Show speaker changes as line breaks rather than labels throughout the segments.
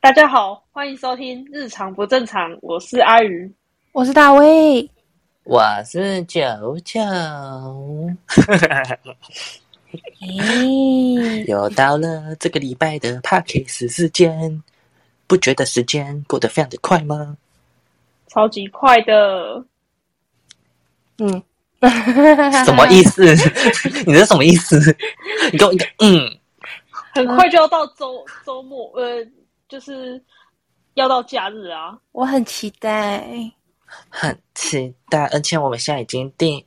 大家好，欢迎收听《日常不正常》，我是阿鱼。
我是大卫，
我是九九，
咦、
又到了这个礼拜的 p a c k e s 时间，不觉得时间过得非常的快 吗？
超级快的，
嗯，
什么意思？ 你这什么意思？你给我一个嗯，
很快就要到周周末，呃，就是要到假日啊。
我很期待。
很期待，而且我们现在已经第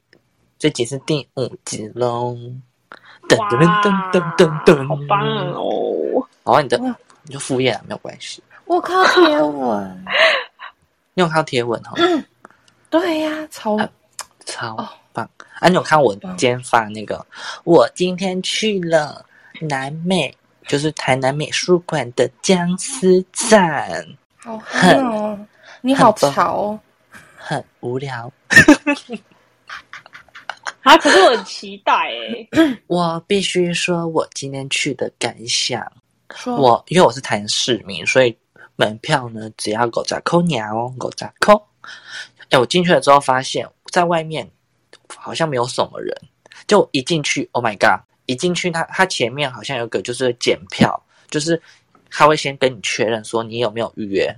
这集是第五集喽。噔
哇，
噔噔噔噔噔，
好棒！哦！
哦，你的你就敷衍了，没有关系。
我靠贴文，
你有看到贴文哈、
对呀、超、
啊超棒！啊，你有看我今天发那个？我今天去了南美，就是台南美术馆的僵尸展，
好嗨哦！你好潮哦，
很无聊。
啊，可是我很期待 哎、
我必须说，我今天去的感想，
说
我因为我是台南市民，所以门票呢只要狗仔扣鸟哦，狗仔扣。哎，我进去了之后发现，在外面好像没有什么人，就一进去，Oh my god！一进去它，它前面好像有个就是检票，就是他会先跟你确认说你有没有预约，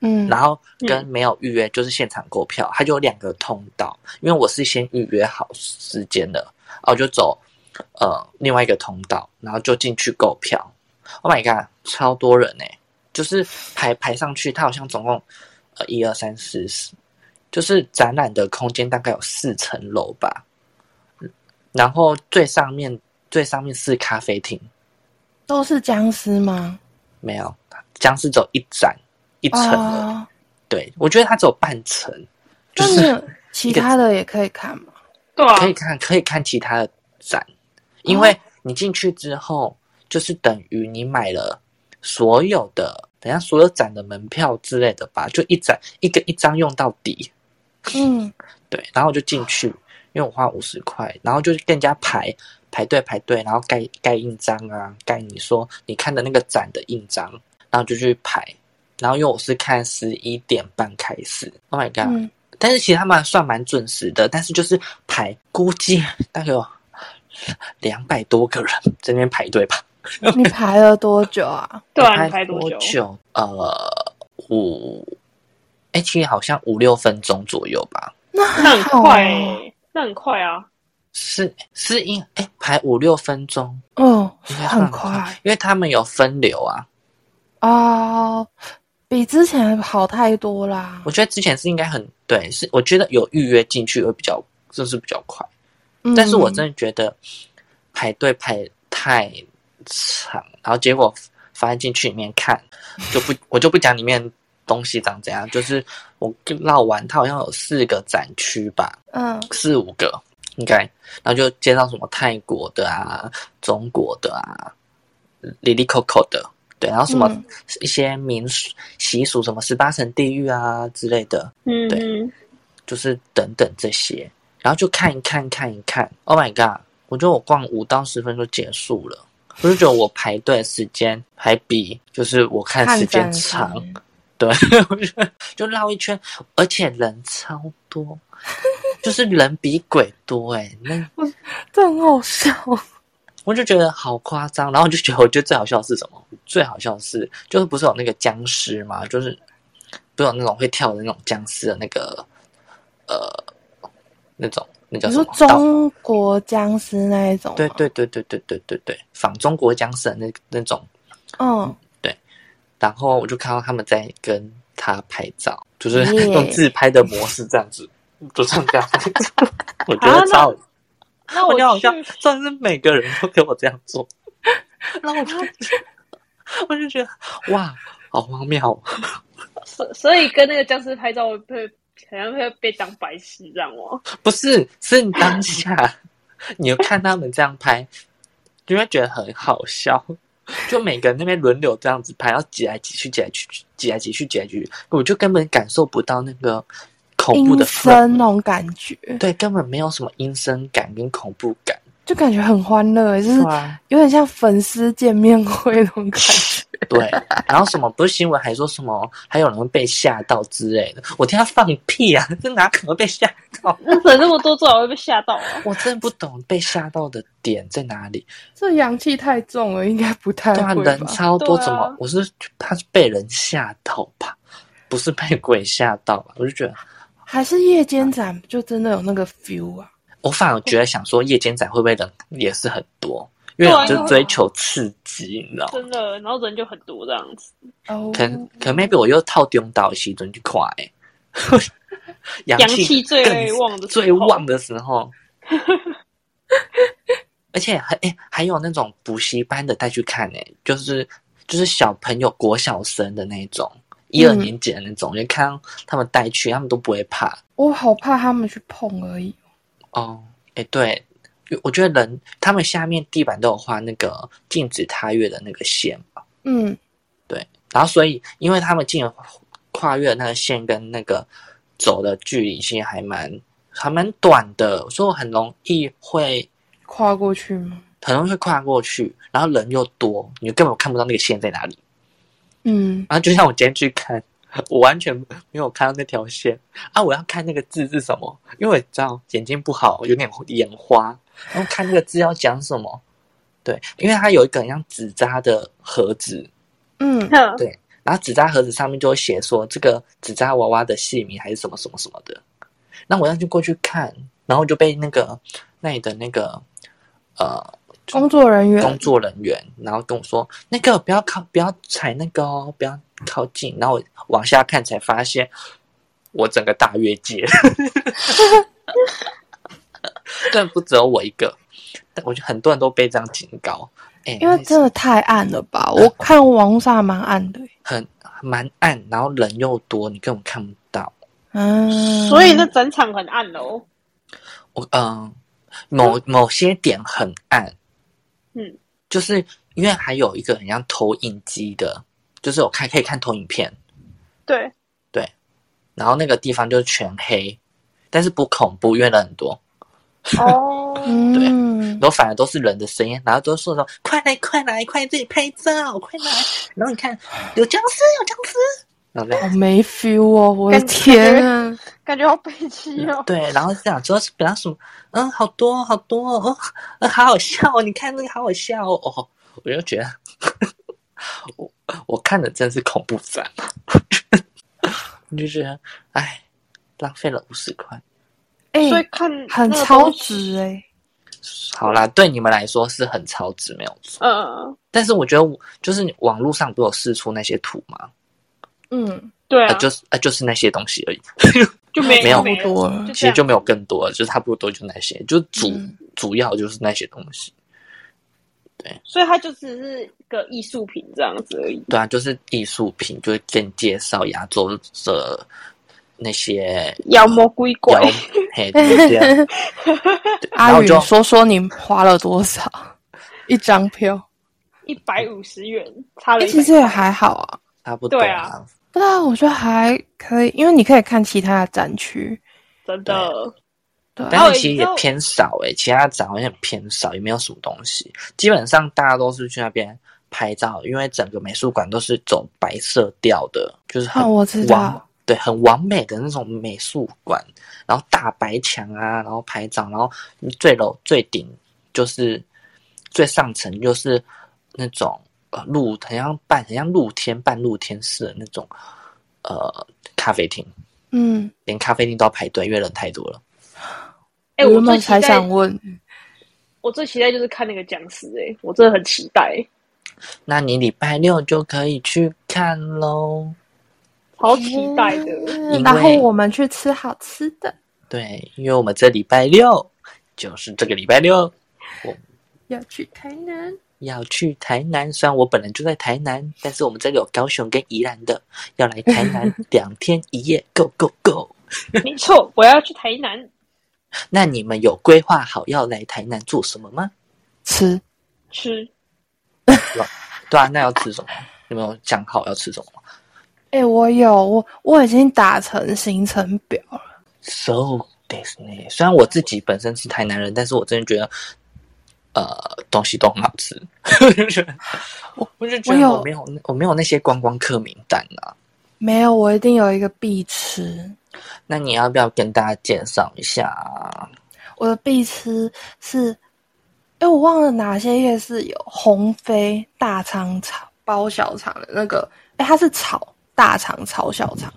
嗯，
然后跟没有预约就是现场购票，它就有两个通道，因为我是先预约好时间的，哦，我就走呃另外一个通道，然后就进去购票。Oh my god，超多人呢、欸就是排排上去，它好像总共呃一二三四四，就是展览的空间大概有四层楼吧，然后最上面最上面是咖啡厅，
都是僵尸吗？
没有僵尸走一展一层了。
哦，
对，我觉得它只有半层，就
那你
是
有其他的也可以看吗？
对啊，
可以看可以看其他的展，
哦
因为你进去之后，就是等于你买了所有的，等一下所有展的门票之类的吧，就一展一个一张用到底。
嗯，
对，然后我就进去，因为我花五十块，然后就是跟人家排排队排队，然后盖盖印章啊，盖你说你看的那个展的印章，然后就去排。然后因为我是看十一点半开始，Oh my god！、
嗯
但是其实他们算蛮准时的，但是就是排估计大概有两百多个人在那边排队吧。
你排了多久啊？
对啊，
排
你排多久？
久？呃，五，哎、其实好像五六分钟左右吧。
那
那很
很好
快、
哦，
欸，那很快啊！
是是因哎、排五六分钟，
嗯，
应该算
很快
因为他们有分流啊。
哦，比之前好太多啦
我。觉得之前是应该很对，是我觉得有预约进去会比较，就是比较快。
嗯
但是我真的觉得排队排太长，然后结果发现进去里面看就不，我就不讲里面东西长怎样，就是我绕完，它好像有四个展区吧，
嗯
四五个应该，然后就介绍什么泰国的啊、中国的啊、里里扣扣的，对，然后什么
嗯
一些民俗习俗，什么十八层地狱啊之类的，
嗯，
对
嗯
就是等等这些，然后就看一看看一看。Oh my god！我觉得我逛五到十分钟就结束了，我就觉得我排队的时间还比就是我看时间长，对，我觉得就绕一圈，而且人超多，就是人比鬼多哎、那
这很好笑。
我就觉得好夸张，然后我就觉得，我觉得最好笑的是什么？最好笑的是，就是不是有那个僵尸嘛，就是不是有那种会跳的那种僵尸的那个呃那种那叫
你
什
说
么？道
中国僵尸那一种？
对，对对对对对对对，仿中国僵尸的那那种。
嗯，
然后我就看到他们在跟他拍照，就是
耶
用自拍的模式这样子，就这样这样拍照。 我觉
啊
得
那
超，
那
我觉得
我
好像
去
算是每个人都给我这样做。然后我就我就觉得哇，好荒谬哦！
所所以跟那个僵尸拍照会好像会被当白痴这样哦。
不是，是你当下 你看他们这样拍，就会觉得很好笑。就每个人那边轮流这样子拍，然后挤来挤去，挤来挤去，挤来挤去，挤来挤去，我就根本感受不到那个恐怖
阴
的氛
森
围
那种感觉，
对，根本没有什么阴森感跟恐怖感。
就感觉很欢乐欸，就是
对啊
有点像粉丝见面会那种感觉。
对，然后什么不是新闻还说什么还有人会被吓到之类的，我听他放屁啊！ 这哪可能被吓到？
那整那么多座，我会被吓到啊！
我真的不懂被吓到的点在哪里。
这阳气太重了，应该不太
对啊，
会
人
吧？
超多，
对啊
怎么？我是他是被人吓到吧？不是被鬼吓到吧？我就觉得，
还是夜间展就真的有那个 feel 啊？
我反而觉得想说，夜间展会不会人也是很多？因为
对啊
我就
因为
追求刺激，你知道吗？
真的，然后人就很多这样子。
哦，
可能可能 maybe 我又套中岛西准去快、欸， 阳
阳气最
更
旺的时候
最旺的时候， 而且还、欸、还有那种补习班的带去看、欸，就是就是小朋友国小生的那种，一二
嗯
年级的那种，就看到他们带去，他们都不会怕
我好怕他们去碰而已。
哦。哎、对，我觉得人他们下面地板都有画那个禁止踏越的那个线嘛。
嗯，
然后所以因为他们进了跨越那个线跟那个走的距离，其实还蛮还蛮短的，所以我很容易会
跨过去吗？
很容易会跨过去，然后人又多，你根本看不到那个线在哪里。
嗯，
然后就像我今天去看，我完全没有看到那条线啊！我要看那个字是什么，因为我知道眼睛不好，有点眼花，然后看那个字要讲什么。对，因为它有一个很像纸扎的盒子，
嗯，
哼
对，然后纸扎盒子上面就会写说这个纸扎娃娃的姓名还是什么什么什么的。那我要去过去看，然后就被那个那里的那个呃
工作人员，
工作人员，然后跟我说那个不要靠不要踩那个哦，不要靠近。然后我往下看才发现我整个大越界， 但不只有我一个，但我觉得很多人都被这样警告。哎、
因为
那
真的太暗了吧？我看网络上还蛮暗的欸。
很蛮暗，然后人又多，你根本看不到。
嗯，
所以那整场很暗哦。
我嗯、
嗯
某某些点很暗，
嗯，
就是因为还有一个很像投影机的，就是我看可以看投影片，
对，
然后那个地方就是全黑，但是不恐怖，因为人很多，
哦，
嗯
然，后反而都是人的声音，然后都说说快来快来快来这里拍照，快来，然后你看有僵尸有僵尸，然后这样
好没 feel 哦！我的
感觉
天啊，
感觉好悲戚哦。
对，然后是这样，主要是比方什么，嗯，好多好多哦，嗯，好好笑哦，你看那个好好笑哦，哦我就觉得 我我看的真是恐怖番， 你就觉得哎，浪费了五十块。
哎、
所以看
很
那个
超
东西
值哎、
好啦，对你们来说是很超值，没有错。
嗯，
但是我觉得我，就是网络上不是有试出那些图嘛，
嗯，
对
啊、
啊，
就是啊、就是那些东西而已，
就没
没有
没
差不多了
就
其实就没有更多了，就是差不多就那些，就主、
嗯
主要就是那些东西。
所以它就只是一个艺术品这样子而已。
对啊，就是艺术品，就是跟你介绍亚洲的那些
妖魔鬼怪
妖，嘿，就是这 样然
阿
后
宇
就
说说你花了多少一张票？
一百五十元，差了
哎、
100
其实也还好啊，
差不多
对啊。
不知道，我觉得还可以，因为你可以看其他的展区。
真的
对啊，
但是其实也偏少诶、其他展好像很偏少，也没有什么东西。基本上大家都是去那边拍照，因为整个美术馆都是走白色调的，就是很
哦我知道
完对，很完美的那种美术馆，然后大白墙啊，然后拍照，然后最楼最顶就是最上层就是那种呃露，很像半很像露天半露天式的那种呃咖啡厅，
嗯，
连咖啡厅都要排队，因为人太多了。
哎、
我
我
原
最
本
期
才
待
想，问，
我最期待就是看那个僵尸，哎，我真的很期待，
那你礼拜六就可以去看喽。
超期待的。
因
然后
为
我们去吃好吃的，
对，因为我们这礼拜六就是这个礼拜六，我
要去台南。
要去台南，虽然我本人就在台南，但是我们这里有高雄跟宜兰的，要来台南两天一夜，Go Go Go！
没错，我要去台南
那你们有规划好要来台南做什么吗？
吃
吃。
对啊，那要吃什么？你们有讲好要吃什么吗
哎、我有，我我已经打成行程表了。
？So this 呢？虽然我自己本身是台南人，但是我真的觉得，呃，东西都很好吃。 我我就觉
我
得
有
我没有那我没有那些观光客名单啊。
没有，我一定有一个必吃。
那你要不要跟大家介绍一下啊？
我的必吃是，哎、我忘了哪些夜市有红飞大肠炒包小肠的那个，哎、它是炒大肠炒小肠，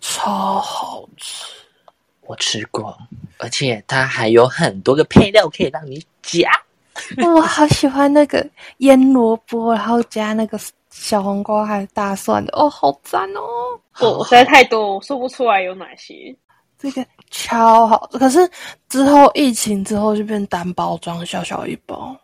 超好吃。
我吃过，而且它还有很多个配料可以让你夹。
我好喜欢那个腌萝卜，然后加那个小黄瓜还有大蒜的，哦，好赞哦！
我我实在太多，我说不出来有哪些。
这个超好吃。可是之后疫情之后就变单包装，小小一包，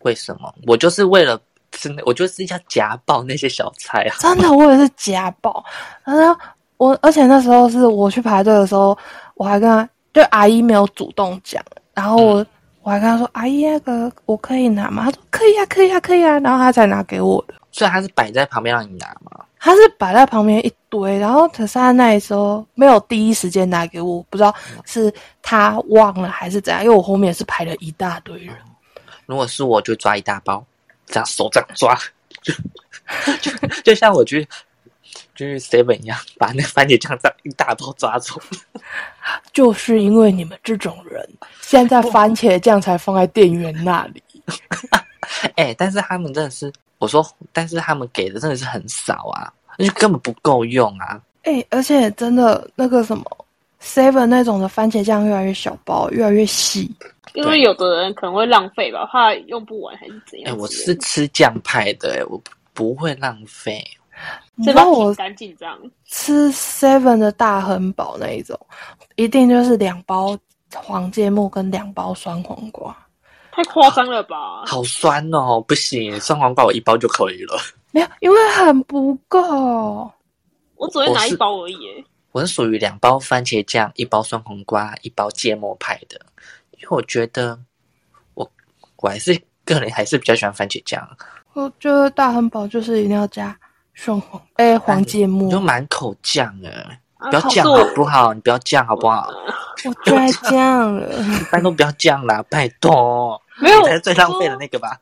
为什么？我就是为了真的，我就是要夹爆那些小菜啊！
真的，我也是夹爆。然后我，而且那时候是我去排队的时候，我还跟他，就阿姨没有主动讲，然后我、我还跟他说：“阿姨，那个我可以拿吗？”他说：“可以啊，可以啊，可以啊。”然后他才拿给我的。
所以它是摆在旁边让你拿嘛。
他是摆在旁边一堆，然后可是他那时候没有第一时间拿给我，不知道是他忘了还是怎样，因为我后面也是排了一大堆人。
如果是我，就抓一大包，这样手这样抓， 就 就就像我去就是 seven 一样，把那番茄酱这样一大包抓走。
就是因为你们这种人，现在番茄酱才放在店员那里。
哎、但是他们真的是，我说，但是他们给的真的是很少啊，那就根本不够用啊。
哎、而且真的那个什么 Seven 那种的番茄酱越来越小包，越来越细。
因为有的人可能会浪费吧，怕用不完还是怎
哎、
样之类的。
我是吃酱派的、哎，我不不会浪费。
你
这
知
把
道我
挺干净这样。
吃 Seven 的大亨堡那一种，一定就是两包黄芥末跟两包酸黄瓜。
太夸张了吧？
好酸哦，不行，酸黄瓜我一包就可以了。
没有，因为很不够。
我只会拿
我是
一包而已耶。
我是属于两包番茄酱、一包酸黄瓜、一包芥末派的，因为我觉得我我还是个人还是比较喜欢番茄酱，
我觉得大汉堡就是一定要加蒜黄，哎、黄芥
你就
末。
满口酱哎，
啊
不要
可是
酱
我
好不好？你不要酱好不好？
我最爱酱了。
一般都不要酱啦，拜托，
没有
你才是最浪费的那个吧？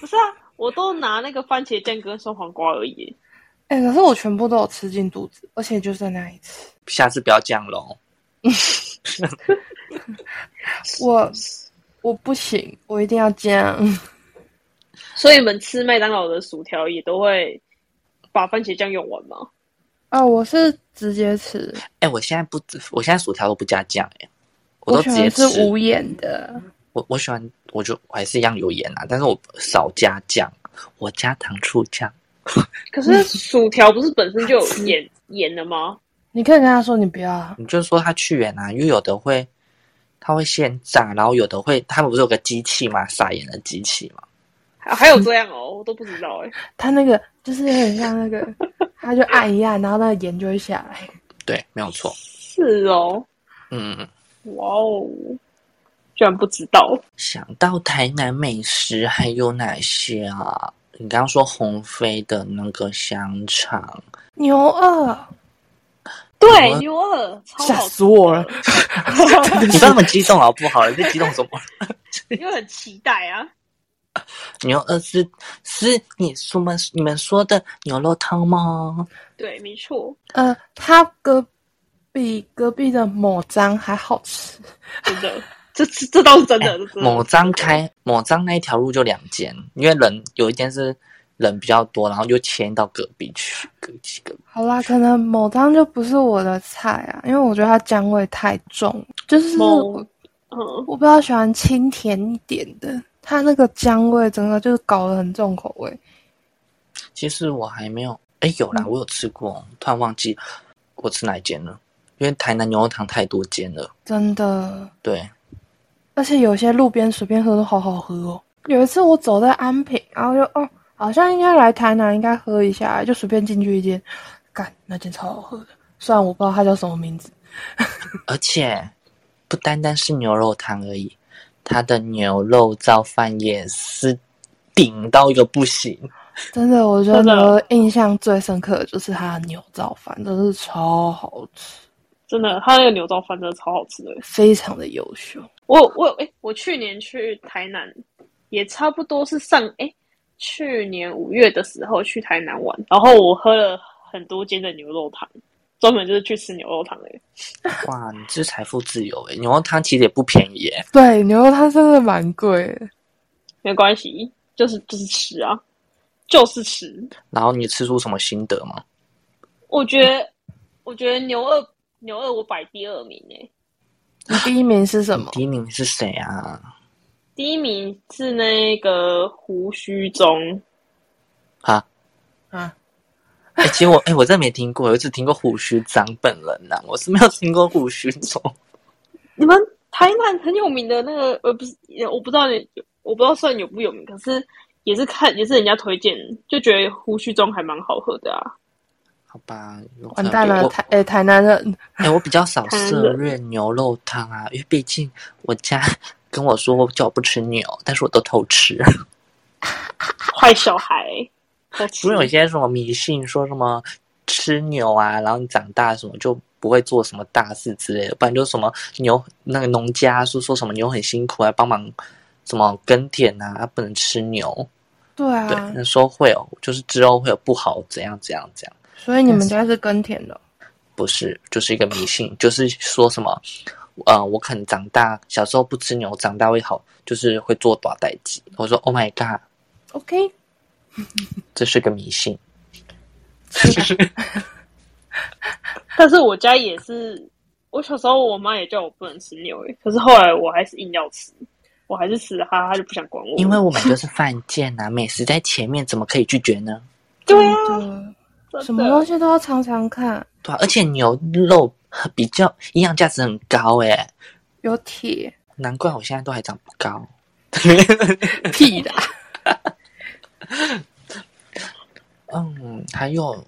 不是啊，我都拿那个番茄酱跟酸黄瓜而已耶。
哎、可是我全部都有吃进肚子，而且就是那一次。
下次不要酱喽。
我 我不行，我一定要酱。
所以你们吃麦当劳的薯条也都会把番茄酱用完吗？
啊，我是直接吃，
哎、我现在不，我现在薯条都不加酱哎、我
我
都
喜
直接
欢
吃。
无盐的。
我我喜欢，我就我还是一样有盐啊，但是我少加酱，我加糖醋酱。
可是 薯条不是本身就有盐盐的吗？
你可以跟他说你不要啊。
你就说它去盐啊，因为有的会，它会现炸，然后有的会，他们不是有个机器嘛，撒盐的机器嘛，
还还有这样哦，我都不知道哎。
他那个就是有点像那个，他就按一按，然后那个盐就会下来。
对，没有错，
是哦，
嗯，嗯嗯
哇哦，居然不知道。
想到台南美食还有哪些啊？你刚刚说鸿飞的那个香肠，
牛二，
对，牛二超
吓
好吃
死，我了！
你不要那么激动好不好？你在激动什么？
因为很期待啊。
牛二是是你说们你们说的牛肉汤吗？
对，没错，
呃，他隔壁隔壁的某张还好吃。
真的，这这这倒是真
哎
的。这真的
嗯
某张，开某张那一条路就两间，因为人有一间是人比较多，然后就迁到隔壁去，隔几个
好啦，可能某张就不是我的菜啊，因为我觉得它酱味太重，就是
某
我
嗯，
我比较喜欢清甜一点的，它那个姜味整个就是搞得很重口味。
其实我还没有，哎，有
嗯
啦，我有吃过，突然忘记我吃哪一间了，因为台南牛肉汤太多间了。
真的，
对，
而且有些路边随便喝都好好喝哦。有一次我走在安平，然后就哦，好像应该来台南，应该喝一下，就随便进去一间，干那间超好喝的，虽然我不知道它叫什么名字。嗯
而且不单单是牛肉汤而已，它的牛肉造饭也是顶到一个不行。
真的，我觉
真的
得印象最深刻的就是它的牛造饭，真的是超好吃，
真的，他那个牛肉饭真的超好吃的。
非常的优秀。
我我哎、我去年去台南，也差不多是上哎、去年五月的时候去台南玩，然后我喝了很多间的牛肉汤，专门就是去吃牛肉汤的、
哇，你这财富自由诶、牛肉汤其实也不便宜诶、
对，牛肉它真的蛮贵的，
没关系，就是就是吃啊，就是吃。
然后你吃出什么心得吗？
我觉得我觉得牛二牛二我摆第二名哎、
你第一名是什么？
第一名是谁啊？
第一名是那个胡须中，
啊，
啊，
诶哎其实我诶、我真的没听过，我只听过虎须长本人呐、我是没有听过虎须虫。
你们 台南很有名的那个，呃，不是，呃我不知道你，我不知道算有不有名，可是也是看，也是人家推荐，就觉得胡须中还蛮好喝的啊。
好吧，有可
完
能
蛋了，
我
台诶、台南人，
哎、我比较少涉略牛肉汤啊，因为毕竟我家跟我说叫我不吃牛，但是我都偷吃。
坏小孩，好吃
不是有些什么迷信说什么吃牛啊，然后你长大什么就不会做什么大事之类的，不然就什么牛那个农家说说什么牛很辛苦啊，帮忙什么耕田啊，啊不能吃牛。
对啊，
对，那时候会有，就是之后会有不好怎样怎样怎样。
所以你们家是耕田的哦，
不是，就是一个迷信， 就是说什么，呃，我可能长大小时候不吃牛，长大会好，就是会做大代鸡。我说 Oh my god，
，OK，
这是个迷信。
但是我家也是，我小时候我妈也叫我不能吃牛欸诶，可是后来我还是硬要吃，我还是吃了它，它就不想管我。
因为我们就是犯贱呐、美食在前面，怎么可以拒绝呢？
对啊，
真的
真
什么东西都要常常看，
对啊，而且牛肉比较营养价值很高诶、
有铁
难怪我现在都还长不高。
屁啦，
嗯，还有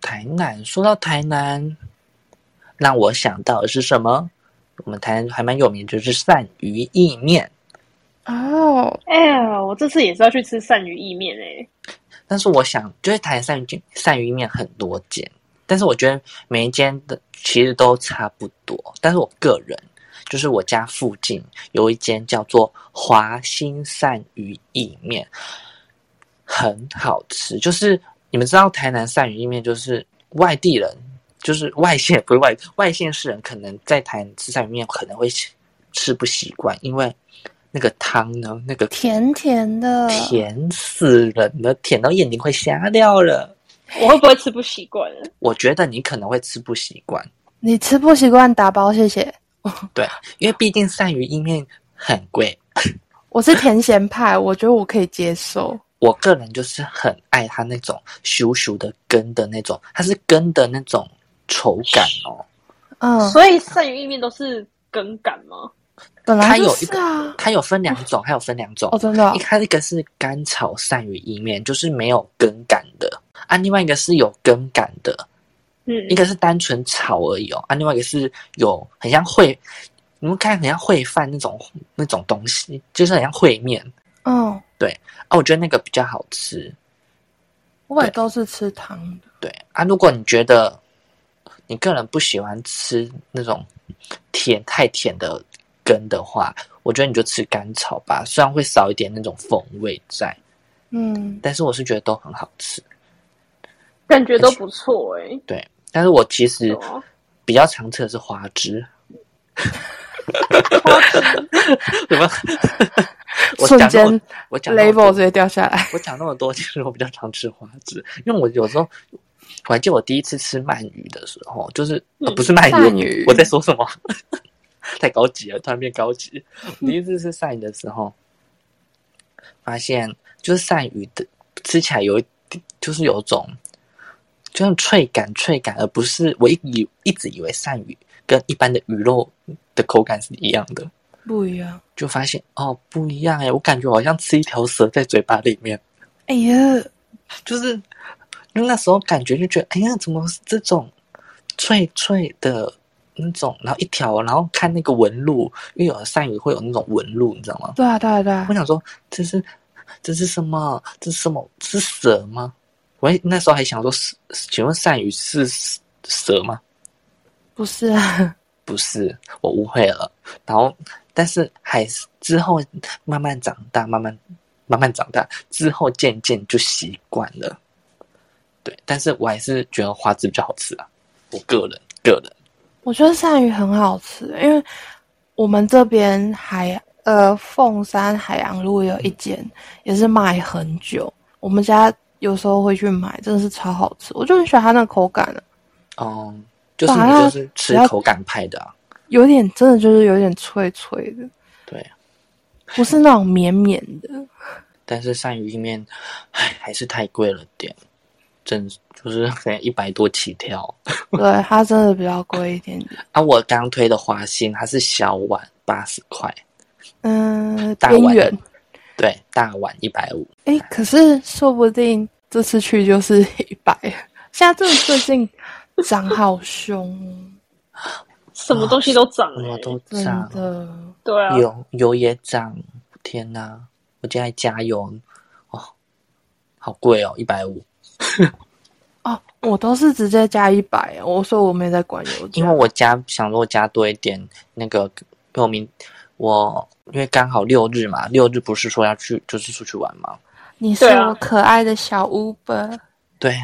台南，说到台南，让我想到的是什么？我们台南还蛮有名，就是鳝鱼意面。
哦，
哎呀，我这次也是要去吃鳝鱼意面欸诶，
但是我想，就是台南鳝鱼鳝鱼面很多间，但是我觉得每一间的其实都差不多。但是我个人，就是我家附近有一间叫做华兴鳝鱼意面，很好吃。就是你们知道台南鳝鱼意面，就是外地人，就是外县不是外外县市人，可能在台南吃鳝鱼面可能会吃吃不习惯，因为那个汤呢，那个
甜甜的，
甜死人了，甜到眼睛快瞎掉了。
我会不会吃不习惯啊？
我觉得你可能会吃不习惯，
你吃不习惯打包，谢谢。
对，因为毕竟鳝鱼意面很贵。
我是甜咸派，我觉得我可以接受。
我个人就是很爱它那种咻咻的根的那种，它是根的那种口感哦。
嗯，
所以鳝鱼意面都是梗感吗？
本来
它
就
有一
是
个
啊，
它有分两种，它有分两种
哦，。真的哦
一它一个是干炒鳝鱼意面，就是没有根感的啊，另外一个是有根感的，
嗯
一，个是单纯炒而已哦，啊，另外一个是有很像烩，你们看很像烩饭那种那种东西，就是很像烩面
嗯，
啊，我觉得那个比较好吃。
我也
对
都是吃汤的。
对啊，如果你觉得你个人不喜欢吃那种甜太甜的根的话，我觉得你就吃干炒吧，虽然会少一点那种风味在，
嗯，
但是我是觉得都很好吃。
感觉都不错诶。
但是我其实
对啊
比较常吃的是花枝。怎么？ 我
瞬
讲那么
间
我讲那么
label
多
直接掉下来。
我讲那么多，其实我比较常吃花枝，因为我有时候我还记得我第一次吃鳗鱼的时候，就是、呃
嗯
不是鳗鱼，
鳝鱼
我在说什么？ 太高级了，突然变高级。
嗯
我第一次吃鳝鱼的时候，发现就是鳝鱼的吃起来有一点，就是有种就像脆感脆感，而不是我一以一直以为鳝鱼跟一般的鱼肉的口感是一样的。
不一样。
就发现哦不一样哎，我感觉好像吃一条蛇在嘴巴里面，
哎呀，
就是那时候感觉就觉得哎呀，怎么是这种脆脆的那种，然后一条，然后看那个纹路，因为有的鳝鱼会有那种纹路，你知道吗？
对啊，对啊，对啊
我，想说这是这是什么？这是什么？是蛇吗？我还那时候还想说，是请问鳝鱼是蛇吗？
不是啊，
不是，我误会了。然后，但是还是之后慢慢长大，慢慢慢慢长大之后，渐渐就习惯了。对，但是我还是觉得花枝比较好吃啊。我个人个人，
我觉得鳝鱼很好吃，因为我们这边海呃凤山海洋路有一间也是卖很久，我们家有时候会去买，真的是超好吃，我就很喜欢它那个口感、啊，
嗯，就是
哇
你
那
就是吃
只要
口感派的、啊，
有点真的就是有点脆脆的，
对。啊
不是那种绵绵的。
但是鳝鱼意面，唉，还是太贵了点，真就是可能一百多起跳。
对，它真的比较贵一点点。
啊，我刚推的花心，它是小碗八十块，
嗯，
大
边
碗
缘。
对，大碗一百五。
哎，可是说不定这次去就是一百。 现在这最近涨好凶哦，
什么东西都涨
什
了、
么都
真
涨，
的。
对啊，
油油也涨，天哪！我今天还加油，哦，好贵哦，一百五。
哦，我都是直接加一百，我说我没在管油价
因为我加想说加多一点那个，因为我明我因为刚好六日嘛，六日不是说要去就是出去玩吗？
你是
对啊
我可爱的小 Uber，
对，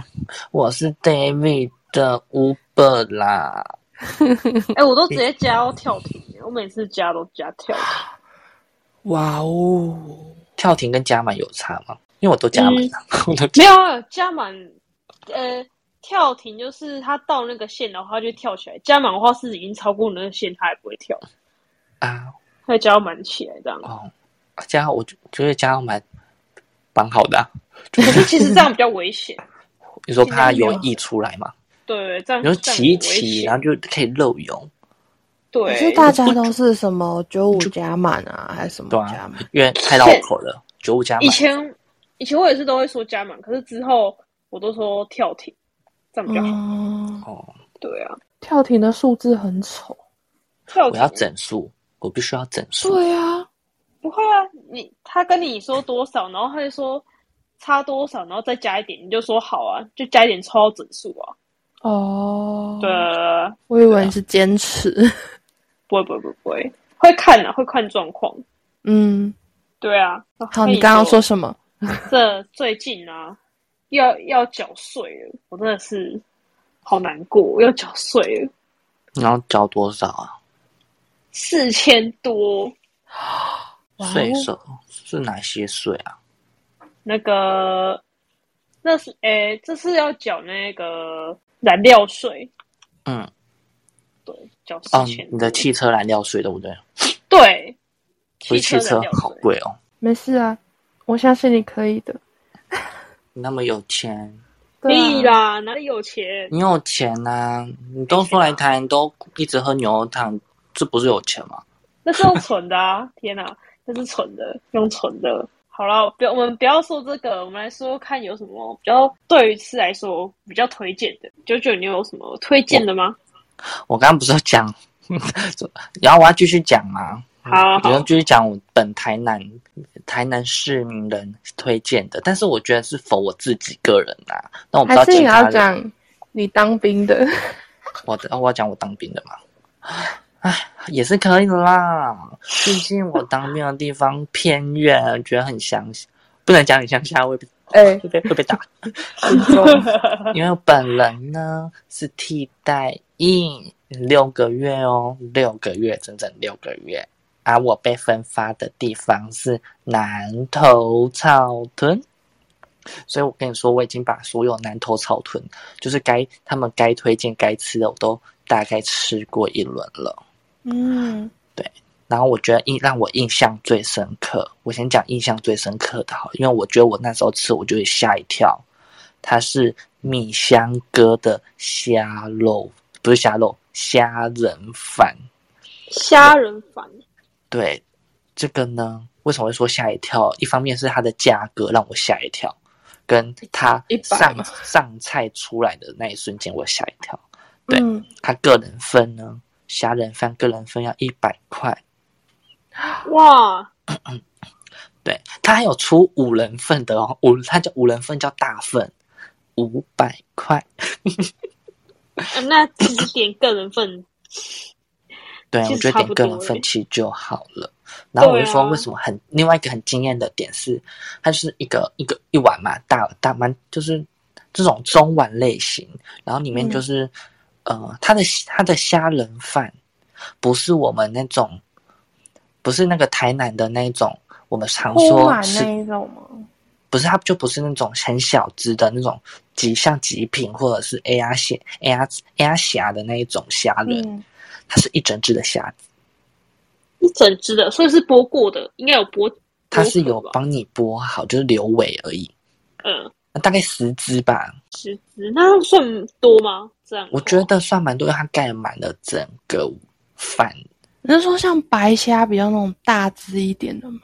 我是 David 的 Uber 啦。
哎、我都直接加到跳停，欸我每次加都加跳停。
哇哦，
跳停跟加满有差吗？因为我都加满了， 我都
没有啊，加满，呃，跳停就是他到那个线，然后他就跳起来。加满的话是已经超过那个线，他还不会跳，
啊
他加满起来这样。
哦，加我就觉得加满蛮好的啊、
可是其实这样比较危险，
你说怕
现在
有
没有
溢出来嘛？
对，这样
你说
这样
骑一啊
很危
骑，
险
然后就可以漏油，
可
对，
是大家都是什么九五加满啊，还是什么
对啊
加满？
因为太绕口了。九五加满
以，前以前我也是都会说加满，可是之后我都说跳停，这样比较好。
嗯，
哦，
对啊，
跳停的数字很丑。
跳
我
停
要整数，我必须要整数。
对啊，
不会啊，你他跟你说多少，然后他就说差多少，然后再加一点，你就说好啊，就加一点抽到整数啊。
哦，
对，啊
我以为你是坚持，
不会不会不会不会，会看啊，会看状况。
嗯，
对啊，
好，
跟
你刚刚说什么？
这最近啊，要要缴税了，我真的是好难过，要缴税了，
你要交多少啊？
四千多，
哇哦
税收是哪些税啊？
那个那是诶、这是要缴那个燃料税，
嗯，
对，缴四
哦
千，多、
你的汽车燃料税对不对？
对，
不
汽
是汽
车
车
燃料
好
税。
贵哦。
没事啊，我相信你可以的。
你那么有钱，
可
对啊
以啦，哪里有钱？
你有钱呐、你都说来台，你都一直喝牛肉汤，这不是有钱吗？
那是用存的啊！ 天哪，那是存的，用存的。好了，不要，我们不要说这个，我们来说看有什么比较对于吃来说比较推荐的。九九，你有什么推荐的吗？
我刚刚不是有讲， 然后我要继续讲嘛。
好
我要
好，
继续讲我本台南台南市民人推荐的，但是我觉得是否我自己个人啦、那我不知道
还是
其
你
他
要
人。
讲你当兵的？
我的、哦我要讲我当兵的嘛。唉，也是可以的啦。毕竟我当兵的地方偏远，觉得很乡下，不能讲很乡下，会被
哎
会被会被打。 因为本人呢是替代役，六个月哦，六个月，整整六个月。而、我被分发的地方是南头草屯，所以我跟你说，我已经把所有南头草屯，就是该他们该推荐该吃的，我都大概吃过一轮了。
嗯，
然后我觉得印让我印象最深刻，我先讲印象最深刻的好了，因为我觉得我那时候吃我就会吓一跳，它是米香哥的虾肉，不是虾肉，虾仁饭。
虾仁饭，
对，这个呢，为什么会说吓一跳？一方面是它的价格让我吓一跳，跟它
一百
上
吗
上菜出来的那一瞬间我吓一跳。对
嗯，
它个人分呢，虾仁饭个人分要一百块，
哇，
对，它还有出五人份的哦，五它叫五人份叫大份，五百块。
呃那其实点个人份，
对，啊
其
我
实
觉得
差不
点个
多
人
欸
分期就好了。然后我
对
就说，
啊
为什么很、另外一个很惊艳的点是，它就是一个一个一碗嘛，大大蛮就是这种中碗类型，然后里面
嗯
就是、呃，它的它的虾仁饭不是我们那种，不是那个台南的那种，我们常
铺
说
满
是
那一种吗？
不是它就不是那种很小只的那种极像极品或者是 AR 虾 AR AR 虾的那一种虾仁，
嗯，
它是一整只的虾
一整只的，所以是剥过的，应该有剥。
它是
剥壳
有
吧
帮你剥好，就是留尾而已，
嗯，
那大概十只吧，
十只，那算多吗？这样
我觉得算蛮多，因为它盖满了整个饭。
你是说像白虾比较那种大只一点的吗？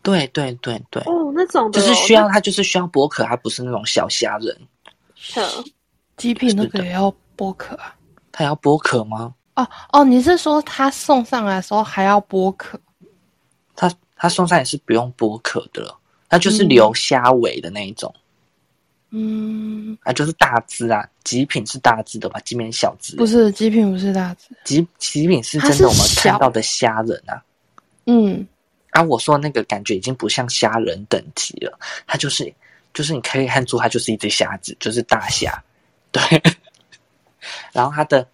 对对对对，
哦，那种的
就
哦
是需要它就是需要剥壳，它不是那种小虾仁，
那嗯
极品那
是
个
的
也要剥壳啊？
它要剥壳吗？
哦哦，你是说他送上来的时候还要剥壳？
它它送上也是不用剥壳的了，它就是留虾尾的那一种，
嗯，
啊，就是大只啊，极品是大只的吧，极品是小只的，
不是极品，不是大只。
极极品是真
它是
的我们
小
看到的虾仁啊，
嗯，
啊，我说那个感觉已经不像虾仁等级了，它就是就是你可以看出它就是一只虾子，就是大虾，对。 然后它的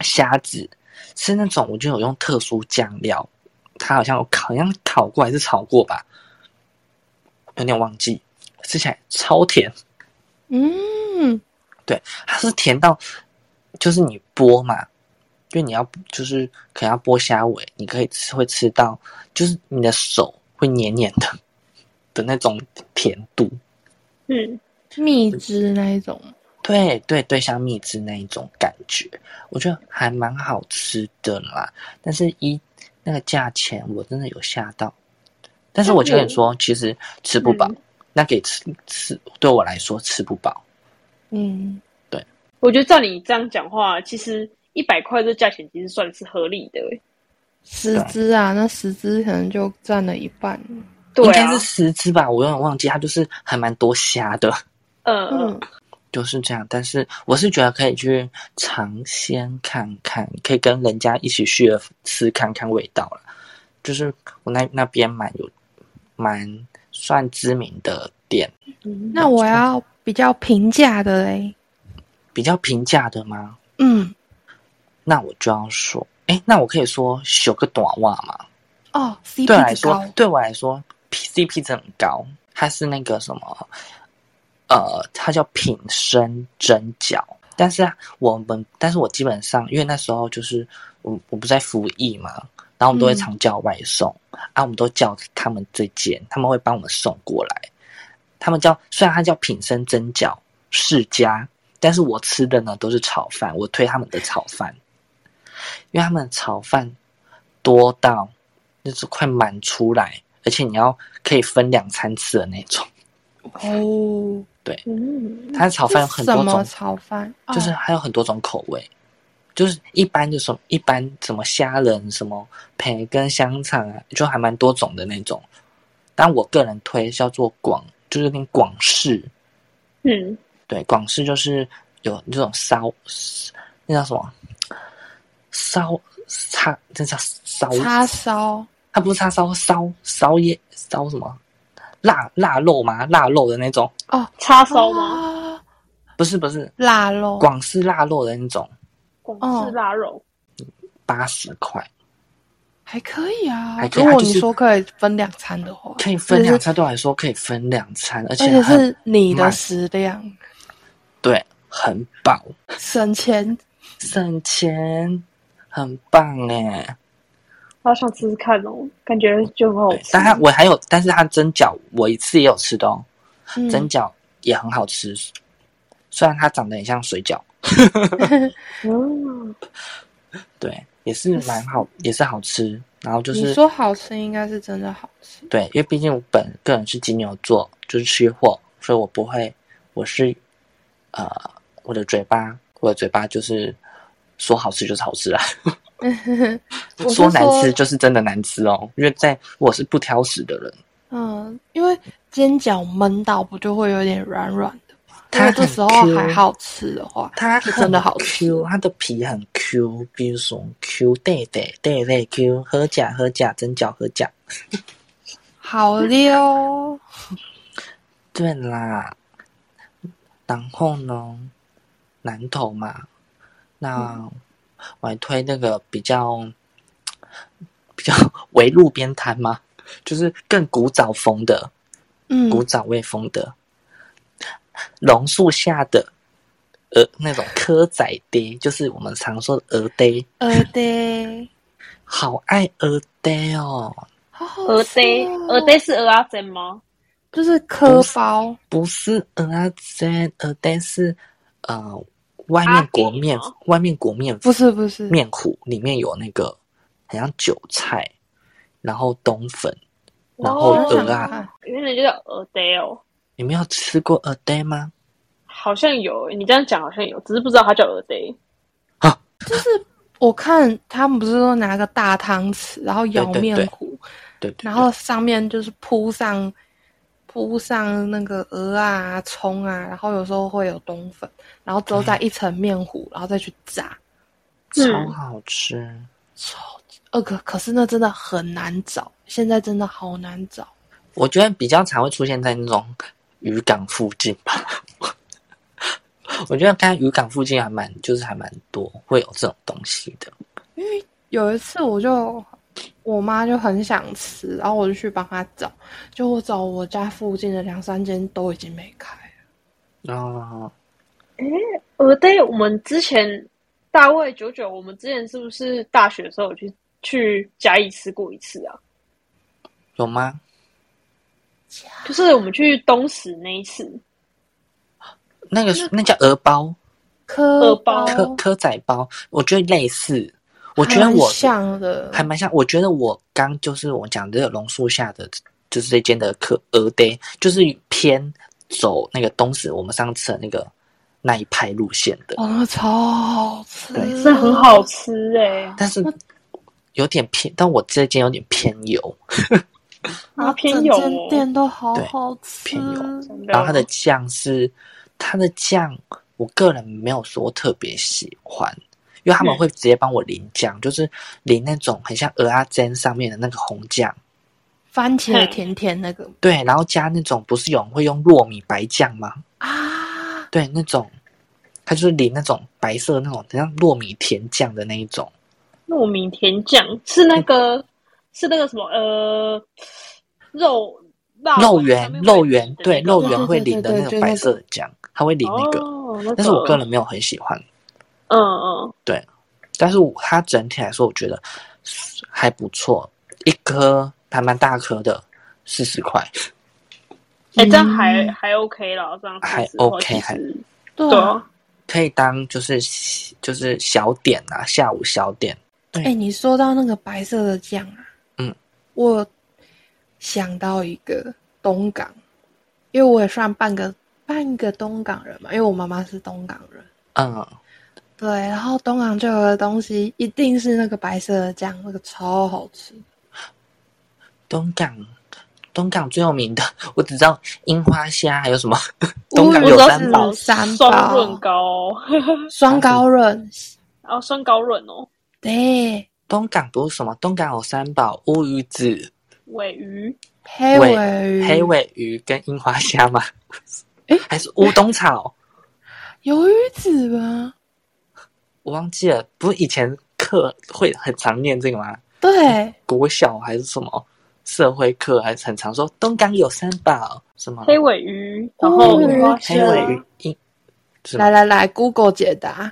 虾子是那种我就有用特殊酱料，它好像有烤，好像烤过还是炒过吧，有点忘记，吃起来超甜，
嗯，
它是甜到就是你剥嘛，就你要就是可能要剥虾尾，你可以吃会吃到，就是你的手会黏黏的的那种甜度。
嗯，
蜜汁那一种。
对对对，像蜜汁那一种感觉，我觉得还蛮好吃的啦。但是一那个价钱，我真的有吓到。但是我就跟你说，其实吃不饱，
嗯
那给吃吃对我来说吃不饱。
嗯，
我觉得照你这样讲话，其实一百块这价钱其实算是合理的欸。
十只啊，那十只可能就占了一半。
对
应
啊
该是，十只吧，我有点忘记，它就是还蛮多虾的。
嗯
呃
嗯
嗯，，
就是这样，但是我是觉得可以去尝鲜看看，可以跟人家一起去吃看看味道了。就是我那那边蛮有蛮算知名的店，
嗯
嗯
那我要比较平价的嘞。
比较平价的吗？
嗯，
那我就要说，哎，那我可以说修个短袜吗？
哦
对我来
，CP 值
说
高，。
对我来说，P CP 值很高，它是那个什么，呃，它叫品参蒸饺。但是啊，我们，但是我基本上，因为那时候就是我我不在服役嘛，然后我们都会
嗯
常叫外送、啊，我们都叫他们这间，他们会帮我们送过来。他们叫虽然它叫品参蒸饺世家，但是我吃的呢都是炒饭，我推他们的炒饭，因为他们炒饭多到就是快满出来，而且你要可以分两餐吃的那种。
哦，
嗯，
它的炒饭有很多
是什么
种，
炒饭？哦
就是还有很多种口味，就是一般就什么一般什么虾仁、什么培根、香肠啊，就还蛮多种的那种。但我个人推叫做广，就是有点广式。
嗯，
对，广式就是有这种烧，那叫什么？烧叉，这叫烧
叉烧。
它不是叉烧，烧烧椰烧什么？腊腊肉吗？腊肉的那种？
哦，
叉烧吗？
啊？
不是不是，
腊肉。
广式腊肉的那种，
哦
广式腊肉，
八十块
还可以啊
还，可以
如
它
果
就是
你说可以分两餐的话，
可以分两
就是，
餐，对我来说可以分两餐，而
而且
很
是你
慢
的食量，
对很饱，
省 钱。
省钱，很棒哎。
好想吃吃看哦，感觉就很好
对
吃。
但它我还有，但是它蒸饺我一次也有吃的哦，
嗯
蒸饺也很好吃，虽然它长得很像水饺，
嗯，
对，也是蛮好，也是好吃。然后就
你
是
说好吃应该是真的好吃，
对，因为毕竟我本个人是金牛座，就是吃货，所以我不会，我是呃，我的嘴巴，我的嘴巴就是说好吃就是好吃啊，
我 是
说难
说
吃就是真的难吃哦。因为在我是不挑食的人，
嗯，因为煎饺焖到不就会有点软软的吗？
它
如果这
很
时候
Q
还好吃的话，
它
是真的
很
好吃
Q，它的皮很 Q，冰松 Q，对对对对 Q，合甲合甲蒸饺合甲，
好哦溜。
对啦。然后呢，南投嘛，那我还推那个比较比较 为路边摊嘛，就是更古早风的，
嗯，
古早味风的，榕树下的鹅那种蚵仔爹，就是我们常说的鹅爹，
呃对，
好爱鹅爹哦，
好好
鹅
吃
呆
哦
鹅呆是鹅阿珍吗？
就是壳包，
不是鹅啊煎，鹅爹是呃外面裹面
阿爹吗，
外面裹面
不是不是，
面糊，里面有那个很像韭菜，然后冬粉，然后
哦
鹅啊，
啊，
原来就叫鹅呆哦，
你们有吃过鹅爹吗？
好像有。你这样讲好像有，只是不知道它叫鹅呆。
我看他们不是都拿个大汤匙，然后舀
对对
面
对
糊，
对对对，
然后上面就是铺上铺上那个鹅啊、葱啊，然后有时候会有冬粉，然后之后再一层面糊，然后再去炸。
超
嗯
好吃。
超级呃可可是那真的很难找，现在真的好难找。
我觉得比较常会出现在那种渔港附近吧。我觉得看渔港附近还蛮，就是还蛮多会有这种东西的。
有一次我就我妈就很想吃，然后我就去帮她找，就我找我家附近的两三间都已经没开了。
然后
鹅呆，我们之前大卫九九，我们之前是不是大学的时候有去去甲乙吃过一次啊？
有吗？
就是我们去东石那一次，
那个那叫鹅包、
科
包
蚵
哦
蚵仔包，我觉得类似。我觉得
很
我
像的，
还蛮像。我觉得我刚就是我讲的这个榕树下的，就是这间的客鹅爹，就是偏走那个东石我们上次的那个那一派路线的。
哦，那超好吃，
对
是很好吃哎、
但是有点偏，但我这间有点偏油，
然
然
后
后
整
偏油哦
间店都好
对
好吃，
偏油
真的。
然后它的酱是它的酱，我个人没有说特别喜欢，因为他们
嗯
会直接帮我淋酱，就是淋那种很像鹅阿珍上面的那个红酱，
番茄
嘿
甜甜那个
对，然后加那种不是有人会用糯米白酱吗？
啊，
对，那种它就是淋那种白色那种很像糯米甜酱的那一种，
糯米甜酱是那个、是那个什么呃肉辣
肉圆肉圆对肉圆会
对对
淋的
对
那
就
种
那
白
个
色的酱，它会淋那个，
哦、那
但是我个人没有很喜欢。
嗯嗯
但是我它整体来说，我觉得还不错，一颗还蛮大颗的，四十块，
哎、这样还、
嗯
还 OK 了，这样
还
吃的话
OK，
其实
还
对
对
啊
啊，
可以当就是就是小点啊，下午小点。
哎、你说到那个白色的酱啊，
嗯，
我想到一个东港，因为我也算半个半个东港人嘛，因为我妈妈是东港人。
嗯，
对，然后东港就有的东西一定是那个白色的酱，那个超好吃。
东港，东港最有名的，我只知道樱花虾，还有什么东港
我
有
知道
三宝
是老，三
双
包
润糕，
双高润，
然后双高润哦，
对，
东港不是什么，东港有三宝，乌鱼子、
尾鱼
黑
尾
尾鱼、
黑尾鱼跟樱花虾嘛，
嗯诶
还是乌冬草，
鱿鱼子吗？
我忘记了，不是以前课会很常念这个吗？
对，
国小还是什么社会课，还是很常说东港有三宝，什么
黑尾鱼，然
哦
后
尾鱼
花
哦黑
虾
尾鱼樱，什
来
么
来来，Google 解 答：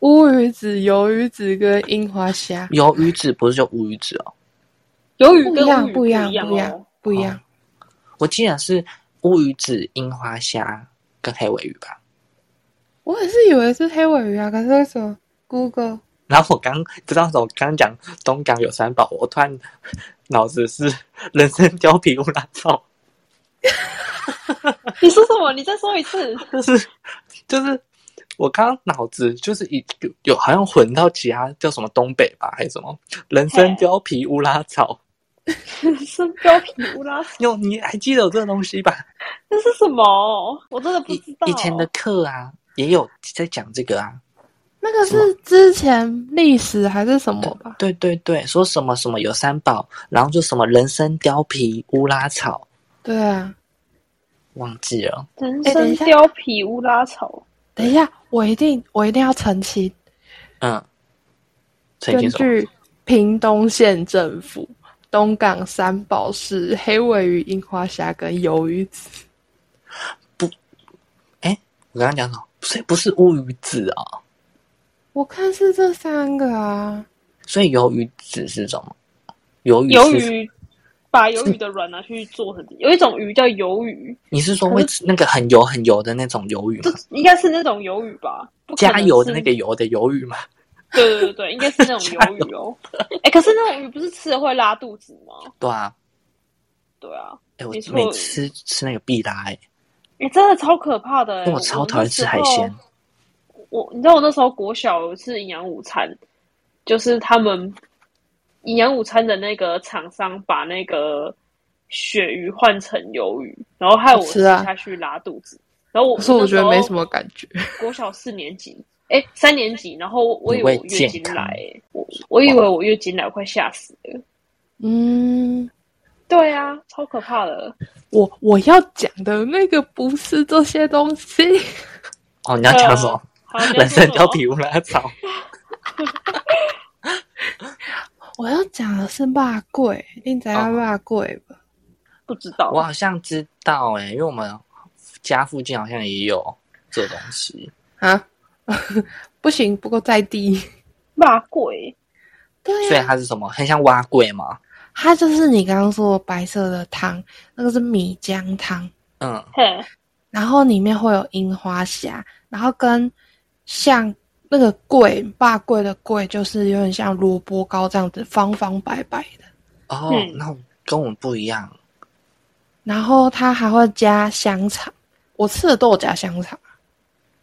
乌鱼子、鱿鱼子跟樱花虾
鱿鱼子不是就乌鱼子哦？
鱿鱼
不一
跟
样，
乌
不一
鱼
样，
不
不一样
哦，，
不一样。
我记得是乌鱼子、樱花虾跟黑尾鱼吧。
我也是以为是黑尾鱼啊，可是为什么 Google
然后我刚不知道怎么刚讲东港有三宝，我突然脑子是人参貂皮乌拉草，
你说什么？你再说一 次。
就是就是我刚刚脑子就是一有有好像混到其他叫什么东北吧还是什么人参
嘿
貂皮乌拉草，
是貂皮乌拉，
哟，你还记得有这个东西吧？
那是什么？我真的不
以
知道。
以前的课啊也有在讲这个啊，
那个是之前历史还是什么吧？
对对对，说什么什么有三宝，然后就什么人参貂皮乌拉草，
对啊，
忘记了。
人
哎等
参
一下
貂皮乌拉草，
等一下，我一定我一定要澄清，
嗯，陈
根
先生，
据屏东县政府、东港三宝市黑尾鱼、樱花虾跟鱿鱼子，
我刚刚讲什么？所以不是乌鱼子哦，
我看是这三个啊。
所以鱿鱼子是什么？鱿鱼
鱿
是，
鱼把鱿鱼的卵拿去做成，有一种鱼叫鱿鱼，
你是说会吃那个很油很油的那种鱿鱼
这
吗？
应该是那种鱿鱼吧？不可能
加
是
油的那个油的鱿鱼吗？
对对对对，应该是那 种鱿鱼哦。哎、可是那种鱼不是吃了会拉肚子吗？
对啊，
对啊，
哎、我
没错
每次吃那个必拉、欸，
哎、真的超可怕的、
因
欸。
为我超讨厌吃海鲜。
我你知道我那时候国小有一次营养午餐，就是他们营养午餐的那个厂商把那个鳕鱼换成鱿鱼，然后害我
是
吃
啊
下去拉肚子。然后我
可是我觉得没什
么。
么感觉。
国小四年级，哎、三年级，然后我以为我
你为健
月经
康
来、欸我我以为我月经来，我快吓死了。
嗯，
对啊，超可怕的。
我我要讲的那个不是这些东西，
哦，你要讲什么？
好，啊 你要
人
说
参
什
貂
么？
皮乌拉草，
我要讲的是辣桂，你知道
哦
辣桂吧？
不知道。
我好像知道哎、因为我们家附近好像也有这东西。
啊， 不行，不够在地。
骂鬼，
对啊
所以
呀、
它是什么？很像蛙桂吗？
它就是你刚刚说的白色的汤，那个是米浆汤，
嗯，
嘿，
然后里面会有樱花虾，然后跟像那个桂霸桂的桂，就是有点像萝卜糕这样子方方白白的，
哦，
嗯
那跟我们不一样。
然后它还会加香肠，我吃的都有加香肠，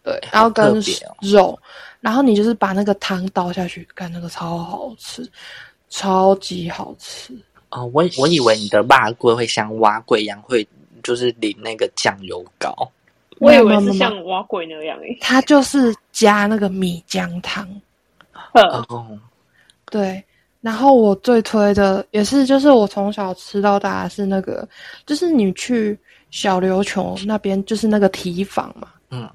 对，然后
好
跟
特别哦
肉，然后你就是把那个汤倒下去，看那个超好吃，超级好吃。
哦，我我以为你的蛙桂会像蛙桂一样，会就是淋那个酱油膏。
我
没
以
有没
为
有
是
没有
像挖鬼那样欸诶、
它就是加那个米浆汤，
呵，
哦，
对。然后我最推的也是，就是我从小吃到大的是那个，就是你去小琉球那边，就是那个提坊嘛，
嗯，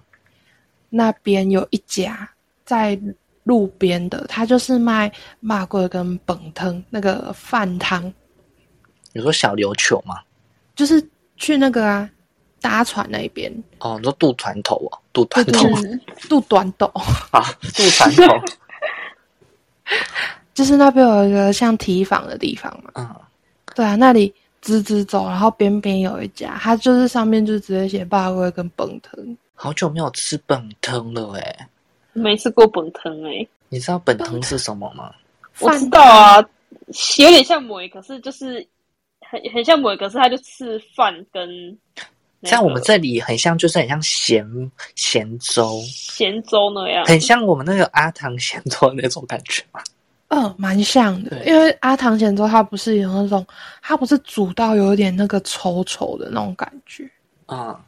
那边有一家在路边的，它就是卖麻粿跟本汤那个饭汤，
你说小琉球吗？
就是去那个啊搭船那边
哦，你说渡船头哦，渡船头
对渡短斗，
啊， 渡船头。
就是那边有一个像提坊的地方嘛。
嗯，
对啊，那里直直走，然后边边有一家，它就是上面就直接写霸龟跟蹦腾。
好久没有吃本藤了哎。
没吃过本藤诶、
你知道本藤是什么吗？
我
饭
知道啊，有点像母可是就是很很像母可是它就吃饭跟、那
在我
个
们这里很像，就是很像咸咸粥，
咸粥那样。
很像我们那个阿唐咸粥的那种感 觉嘛。
嗯，蛮像的，
对
因为阿唐咸粥它不是有那种，它不是煮到有一点那个稠稠的那种感觉，
嗯，
啊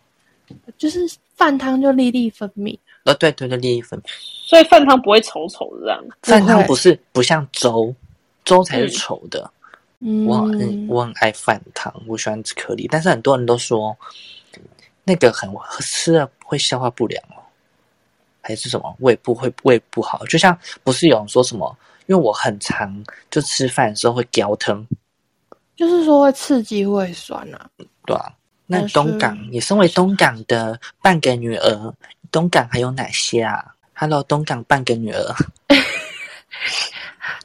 就是饭汤就粒粒分明。
哦，对对对，另一份
所以饭汤不会稠稠的这样。
饭
不
汤
会
不是不像粥，粥才
嗯
是稠的。我很
嗯，
我很爱饭汤，我喜欢吃颗粒，但是很多人都说那个很吃了会消化不良哦，还是什么胃部会胃不好？就像不是有人说什么，因为我很常就吃饭的时候会嚼疼，
就是说会刺激胃酸啊。
对吧、那
但是
东港，你身为东港的半个女儿，东港还有哪些啊？Hello，东港半个女儿，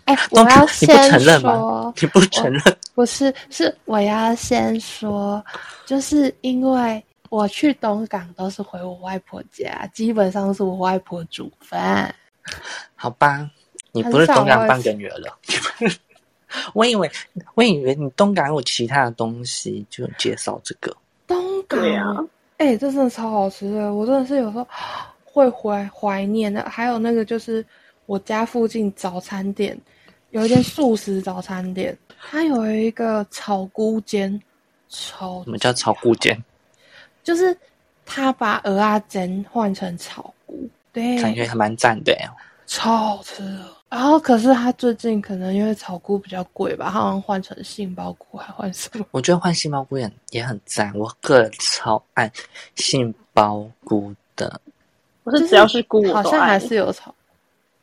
哎，我
东
要
港你
先
不承认吗
说？，
你不承认？
不是，是我要先说，就是因为我去东港都是回我外婆家，基本上是我外婆煮饭。
好吧，你不是
啊
东港半个女儿了？ 我以为我以为你东港有其他的东西，就介绍这个。
东港
对啊，
哎、这真的超好吃的，我真的是有时候会怀怀念的。还有那个就是我家附近早餐店有一间素食早餐店，它有一个草菇煎，超
什么叫炒固件？
就是它把鹅啊煎换成草菇，对，
感觉还蛮赞的欸。
超好吃的。然后可是它最近可能因为草菇比较贵吧，它好像换成杏鲍菇，还换什么？
我觉得换杏鲍菇也也很赞，我个人超爱杏鲍菇的。
我是只要是菇
好
我都
像
爱
还。是有炒。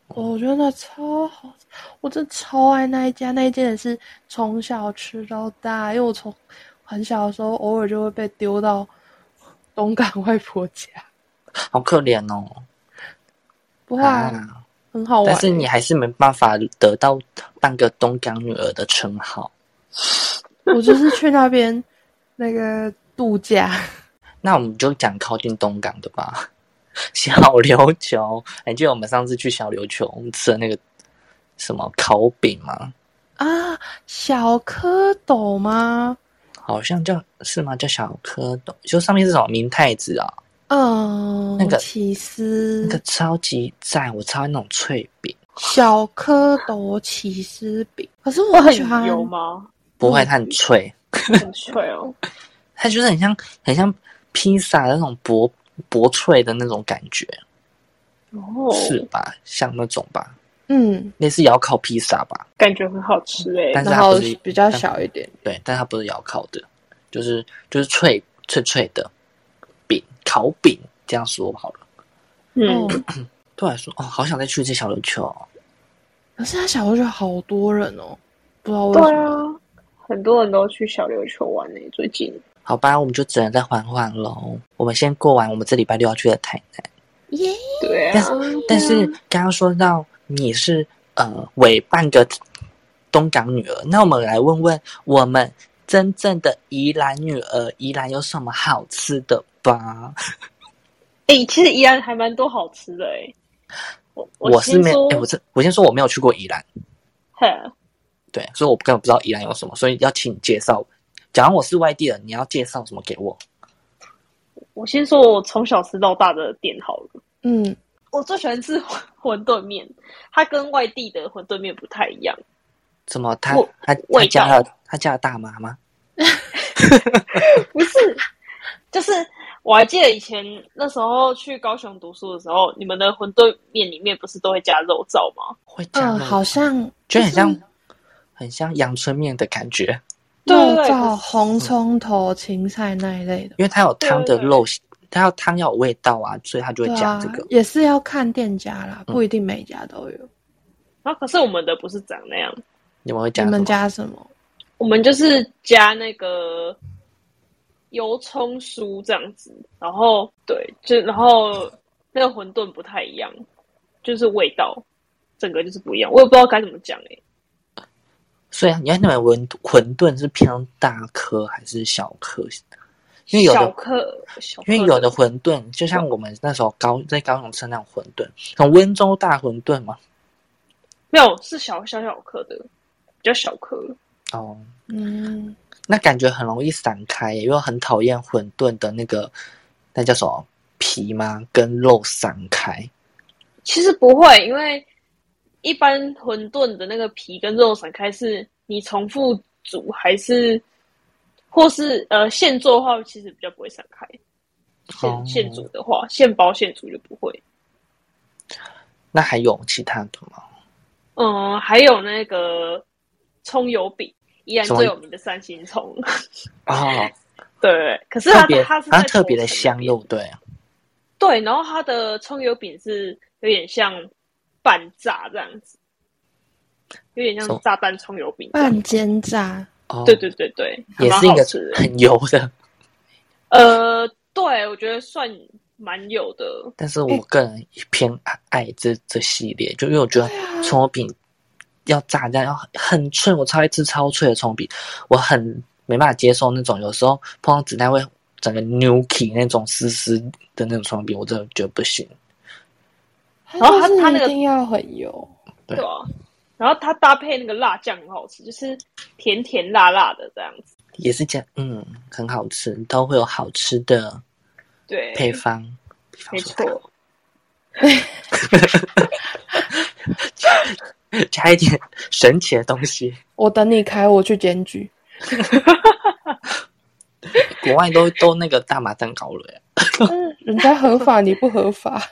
我觉得那超好吃，我真的超爱那一家，那一家也是从小吃到大，因为我从很小的时候偶尔就会被丢到东港外婆家，
好可怜哦。
不会啊、
啊
很好玩
但
欸。
是你还是没办法得到半个东港女儿的称号。
我就是去那边那个度假，
那我们就讲靠近东港的吧， 小琉球。还记得我们上次去小琉球，我们吃的那个什么烤饼吗？
啊，小蝌蚪吗？
好像叫是吗？叫小蝌蚪，就上面是什么明太子啊？
嗯，
那个
起司，
那个超级赞，我超爱那种脆饼。
小蝌蚪起司饼。可
哦
是我
会
很喜欢
很油吗？
不会，它很脆，
很脆 哦。
它就是很像很像披萨的那种薄薄脆的那种感觉，
哦，
是吧？像那种吧，
嗯，
类似窑烤披萨吧。
感觉很好吃哎、
但是
然
它
后
不是
比较小一点。
对，但它不是窑烤的，就是就是脆脆脆的饼，烤饼这样说好了。
嗯
哦，，
对我来说，哦，好想再去一次小琉球哦、
可是他小时候就好多人哦，不知道为什
对
么。
啊，很多人都去小琉球玩呢、最近。
好吧，我们就只能再缓缓喽。我们先过完我们这礼拜六要去的台南，
耶、
对啊
但，是但是刚刚说到你是呃伪半个东港女儿，那我们来问问我们真正的宜兰女儿，宜兰有什么好吃的吧？
哎、其实宜兰还蛮多好吃的哎、我
我是
先
没，
说
哎、我这我先说我没有哎去过宜兰，
哼
对，所以我根本不知道宜兰有什么，所以要请你介绍。假如我是外地人，你要介绍什么给我？
我先说我从小吃到大的店好了。
嗯，
我最喜欢吃馄 饨面，它跟外地的馄饨面不太一样。
怎么他
我
他他
味
加
道
了他加了大麻吗？
不是，就是我还记得以前那时候去高雄读书的时候，你们的馄饨面里面不是都会加肉燥吗？
会加
嗯、
了、
好像
就很像
是
很像阳春面的感觉，
肉
对对
燥、
可是
红葱头、芹菜那一类的。
因为它有汤的
对
肉，它要汤要有味道啊，所以它就
对
会加
啊
这个，。
也是要看店家啦，
嗯
不一定每家都有。
然后可是我们的不是长那样，
你们会加
你
什么
们？家什么？
我们就是加那个油葱酥这样子，然后对，就然后那个馄饨不太一样，就是味道整个就是不一样，我也不知道该怎么讲哎、
所以啊你看你们馄馄饨是偏大颗还是小颗？因为有
小
的。
克，小克
因为有的馄饨，就像我们那时候高在高雄吃那种馄饨，很温州大馄饨嘛。
没有是小小小克的，比较小克。
哦，
嗯，
那感觉很容易散开耶，因为我很讨厌馄饨的那个那叫什么皮吗？跟肉散开。
其实不会，因为一般馄饨的那个皮跟肉散开是你重复煮还是，或是呃现做的话，其实比较不会散开。
哦
现现煮的话，现包现煮就不会。
那还有其他的吗？
嗯，还有那个葱油饼，依然
什么
最有名的三星葱。
哦，
对，可是它
特别
它是
好
在
像特别的
头层
香，
那
对
边
不对？啊
对，然后它的葱油饼是有点像半炸这样子，有点
什么
像炸弹葱油饼这样。
半煎炸，
哦，
对对对对，还
也
蛮
是一
好
个
吃的。
很油的，
呃，对，我觉得算蛮有的。
但是我个人偏爱这这系列，就因为我觉得
啊
葱油饼要炸酱要很很脆，我超爱吃超脆的葱油饼，我很没办法接受那种有时候碰到子弹会整个 nuki 那种丝丝的那种葱油饼，我真的觉得不行。
然
哦后它它那个
一定要很油。
对
对啊。然后它搭配那个辣酱很好吃，就是甜甜辣辣的这样子。
也是这样，嗯，很好吃，都会有好吃的
对，
配方，比方
没
说
错。
加一点神奇的东西，
我等你开，我去检举。
国外都都那个大麻蛋糕了耶。
嗯人家合法，你不合法。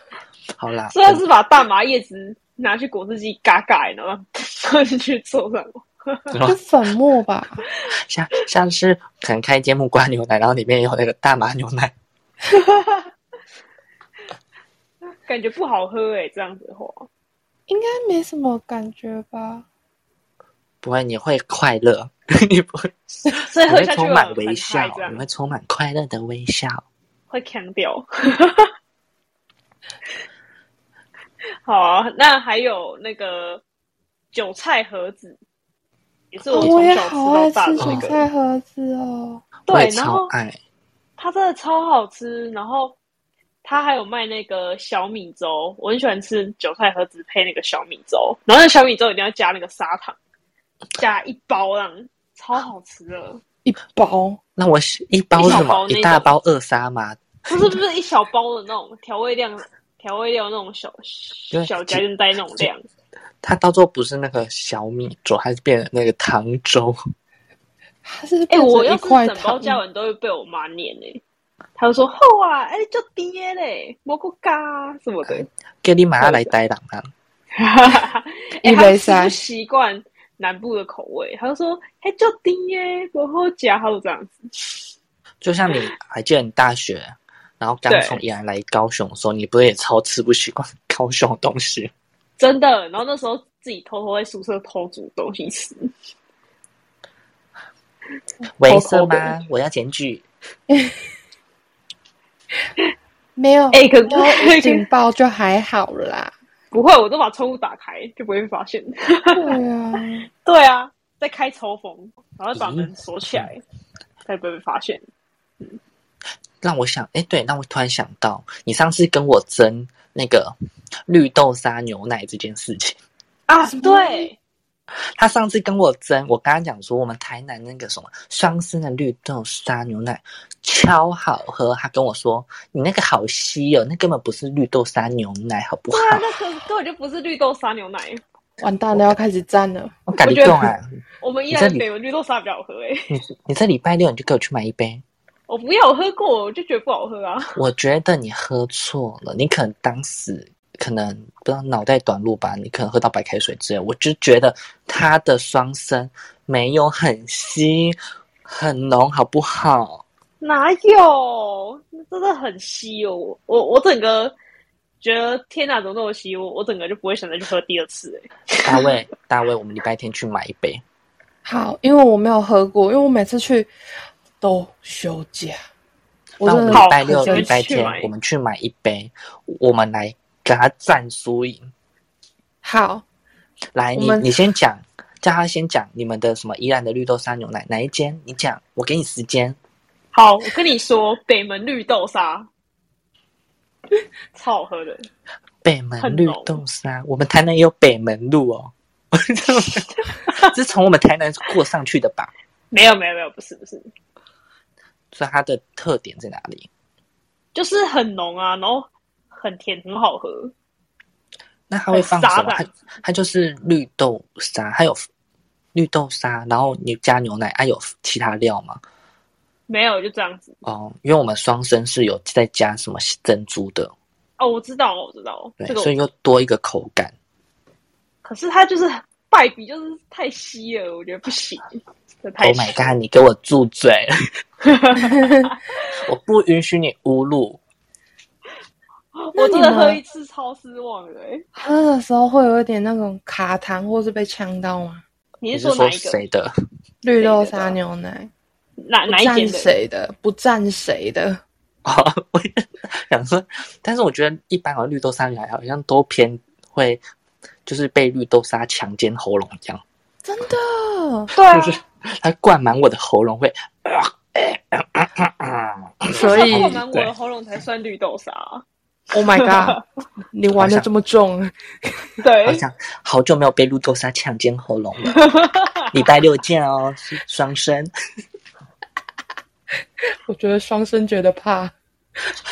好啦，嗯
这要是把大麻叶子拿去果汁机嘎嘎，然后 放进去做上，
嗯
是粉末吧？
像像是可能开一间木瓜牛奶，然后里面有那个大麻牛奶，
感觉不好喝哎、这样子的话，
应该没什么感觉吧？
不会你会快乐， 你不会，
所以
你
喝
会
下去
充
会
满
很
微
嗨
笑
这，样
你会充满快乐的微笑。
会强调。好啊，那还有那个韭菜盒子，也是我
哦我
从
也
小
好爱
吃到大的
吃韭
那个，
菜盒子哦。
我也
对，然
超
后
爱，
它真的超好吃，然后它还有卖那个小米粥，我很喜欢吃韭菜盒子配那个小米粥，然后那小米粥一定要加那个砂糖，加一包啊，超好吃的。
一包，
那我是一包是什
一小包
么？
那种
一大包二沙吗？
不是不是一小包的那种调味料，调味料那种小
对
小夹心袋那种量，
它到最后不是那个小米粥，它是变成那个糖粥。
它是
哎、
变成
我要
一
是
块
整包
糖，
加完都会被我妈念呢、她就说好啊，哎、就爹嘞，蘑菇干啊什么 的。哎
给你马上来呆朗啊！
哈哈哈，
一
欸、他
杯
吃不
塞
习惯南部的口味，他就说：“嘿，就丁耶，然后加他就这样子。
就像你还记得你大学，然后刚
对
从宜兰来高雄的时候，你不是也超吃不习惯 高雄的东西？”
真的，然后那时候自己偷偷在宿舍偷煮东西吃，
为什
口
么？我要检举。
没有
哎可是
没有警报就还好啦。
不会，我都把窗户打开，就不会被发现。
对啊，
对啊，在开抽风，然后再把门锁起来，才不会被发现。
让我想，哎，对，让我突然想到，你上次跟我争那个绿豆沙牛奶这件事情，
啊
什么，
对，
他上次跟我争，我跟他讲说，我们台南那个什么双生的绿豆沙牛奶超好喝，他跟我说，你那个好稀哦，那根本不是绿豆沙牛奶，好不好
对？啊，那个根本就不是绿豆沙牛奶。
完蛋了，要开始站了。
我感
我觉
觉
得
动啊！
我们依
你这
然
里
北门绿豆沙比较好喝诶、欸
你你这礼拜六你就给我去买一杯，
我不要我喝过，我就觉得不好喝啊。
我觉得你喝错了，你可能当时可能不知道脑袋短路吧，你可能喝到白开水之类。我就觉得它的双生没有很稀，很浓，好不好？
哪有？那真的很稀哦！我我我整个觉得天哪，怎么那么稀？我我整个就不会想再去喝第二次、欸。
大卫，大卫，我们礼拜天去买一杯。
好，因为我没有喝过，因为我每次去都休假。我
那我
真
们
的
礼拜六、
很生
礼
气
拜天
好我们去买
我们去买一杯，我们来跟他战输赢。
好，
来，
我
你
们
你先讲，叫他先讲你们的什么宜兰的绿豆沙牛奶哪一间？你讲，我给你时间。
好，我跟你说，北门绿豆沙 超好喝的，
北门绿豆沙，我们台南也有北门路 哦。这是从我们台南过上去的吧？
没有没有没有，不是不是，
所以它的特点在哪里？
就是很浓啊，然后很甜，很好喝。
那它会放什么？
很沙
它
吧
它就是绿豆沙，还有绿豆沙，然后你加牛奶，还、有其他料吗？
没有，就这样子。
哦，因为我们双生是有再加什么珍珠的，
哦，我知道，我知道，
对，
这个我
所以又多一个口感。
可是它就是败笔，就是太稀了，我觉得不行，这
Oh
太稀。
my god！你给我住 嘴！我不允许你侮辱。
我真
那
的
你们
喝一次超失望的、欸。
喝的时候会有一点那种卡痰，或是被呛到吗？
你
你
是
是
说
说
哪一个？
谁的？
绿豆沙牛奶，
哪
不
哪一
占
间的？
谁的？不占谁的？
哦，我也想说，但是我觉得一般好像绿豆沙女孩好像都偏会，就是被绿豆沙强奸喉咙一样，
真的，
对啊，
就是它灌满我的喉咙会，啊哎啊啊啊啊
所以
灌满我的喉咙才算绿豆沙啊、
Oh my god！你玩的这么重，
好
对，
想好久没有被路豆沙强奸喉咙 了。礼拜六见哦，是双生。
我觉得双生觉得怕。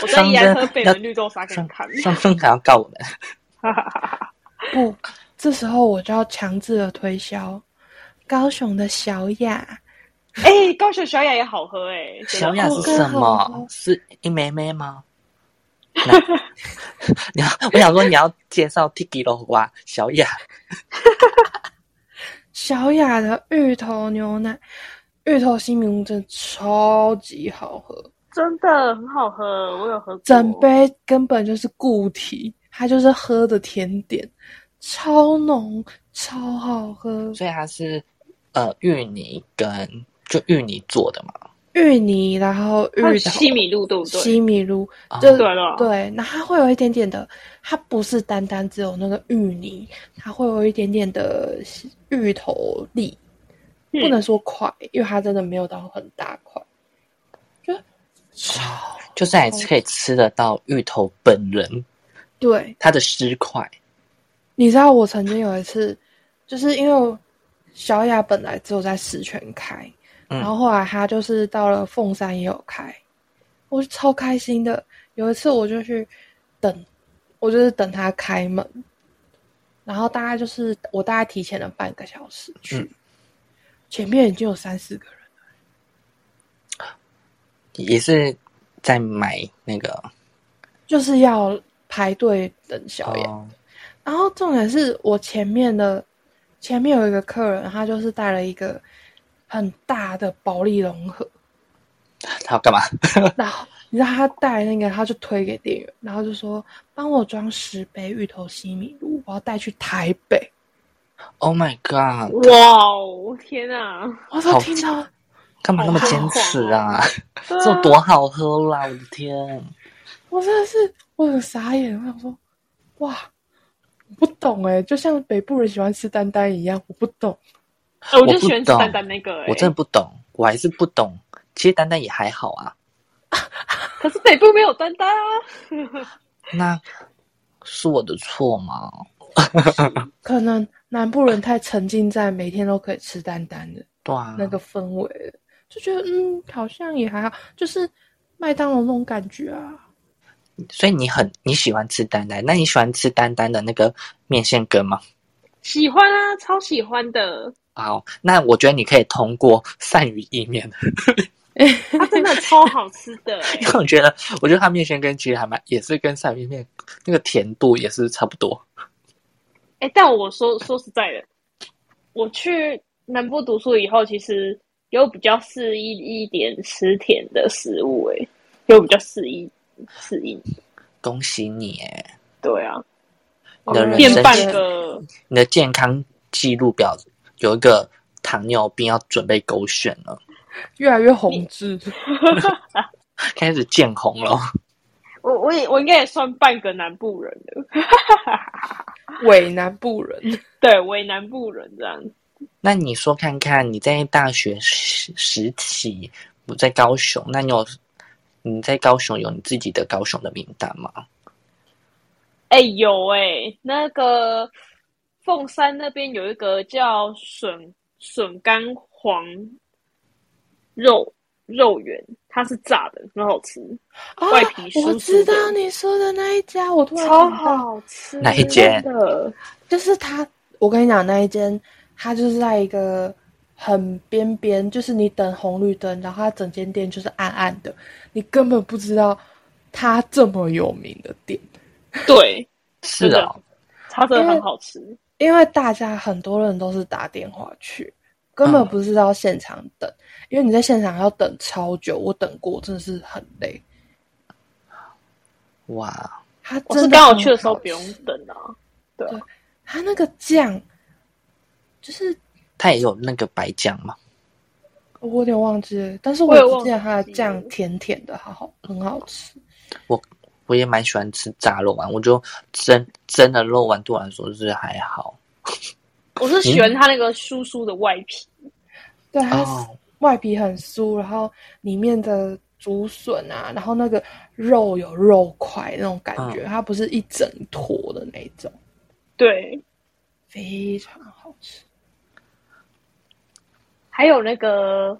我在宜兰喝北
要
门绿豆沙给你
双
看，
双生还要告我们，
哈哈哈哈。
不，哦这时候我就要强制的推销高雄的小雅，
哎，高雄小雅也好喝哎，真的
小雅是什么？是一妹妹吗？ 那你要我想说你要介绍 Tiki 的哇，小雅
小雅的芋头牛奶，芋头西米露真的超级好喝，
真的很好喝，我有喝过。
整杯根本就是固体，它就是喝的甜点，超浓，超好喝，
所以它是呃芋泥跟就芋泥做的嘛。
芋泥，然后芋
它
头
有西米露对不对？
西米露，
啊
就
对了，
对，那它会有一点点的，它不是单单只有那个芋泥，它会有一点点的芋头粒，
嗯
不能说块，因为它真的没有到很大块，就超
就是还是可以吃得到芋头本人
对。
它的尸块。
你知道我曾经有一次，就是因为我小雅本来只有在石泉开，
嗯
然后后来她就是到了凤山也有开，我就超开心的。有一次我就去等，我就是等她开门，然后大概就是我大概提前了半个小时去，
嗯
前面已经有三四个人，
也是在买那个
就是要排队等小雅。
哦
然后重点是我前面的前面有一个客人，他就是带了一个很大的保利龙盒，
他要干嘛？
然后你知道他带那个，他就推给店员，然后就说帮我装十杯芋头西米露，我要带去台北。
Oh my god！
哇哦，天啊，
我都
好
听到，
干嘛那么坚持啊？
对啊
这有多好喝啦！我的天，
我真的是我很傻眼，我想说，哇，我不懂哎、就像北部人喜欢吃丹丹一样，我不懂。
哎我
我
就
不
喜欢吃
懂
丹丹那个哎，
我真的不懂，我还是不懂。其实丹丹也还好啊。
可是北部没有丹丹啊，
那是我的错吗？
可能南部人太沉浸在每天都可以吃丹丹的
对啊，
那个氛围了，就觉得嗯，好像也还好，就是麦当劳那种感觉啊。
所以你很你喜欢吃丹丹，那你喜欢吃丹丹的那个面线羹吗？
喜欢啊，超喜欢的，
好，那我觉得你可以通过鳝鱼意面，
它真的超好吃的哎
因为我觉得，我觉得它面线羹其实还蛮，也是跟鳝鱼面那个甜度也是差不多。
哎，但我说说实在的，我去南部读书以后，其实有比较适应一点吃甜的食物哎，有比较适应适应，
恭喜你，哎，对
对啊，
你的人
变
生
半
是
个。
你的健康记录表有一个糖尿病要准备勾选了，
越来越红字，
开始见红了。
我我也我应该也算半个南部人了，
伪南部人。
对，为南部人这样。
那你说看看，你在大学时时期，我在高雄，那你有你在高雄有你自己的高雄的名单吗？
哎、有哎、那个凤山那边有一个叫笋笋干黄肉肉圆，它是炸的，很好吃，
啊
外皮酥酥的
我知道你说的那一家，我突然
超
想到，
好吃。
哪一间
真的？
就是他，我跟你讲那一间，他就是在一个很边边，就是你等红绿灯，然后它整间店就是暗暗的，你根本不知道它这么有名的店。
对，
是
的
哦，
它真的很好吃。
因为大家很多人都是打电话去，根本
嗯
不是到现场等，因为你在现场要等超久，我等过真的是很累。
哇，
它真
我
的
是刚好
很
去的时候不
吃
用，等啊。对啊，
它那个酱就是
它也有那个白酱吗？
我有点忘记了，但是
我也
我
忘
只记得它的
记了哦
酱甜甜的，好好很好吃。
我也蛮喜欢吃炸肉丸，我就蒸蒸的肉丸对我来说就是还好。
我是喜欢
嗯
它那个酥酥的外皮。
对，它
哦
外皮很酥，然后里面的竹笋啊，然后那个肉有肉块那种感
嗯
觉，它不是一整坨的那种，
对，
非常好吃。
还有那个，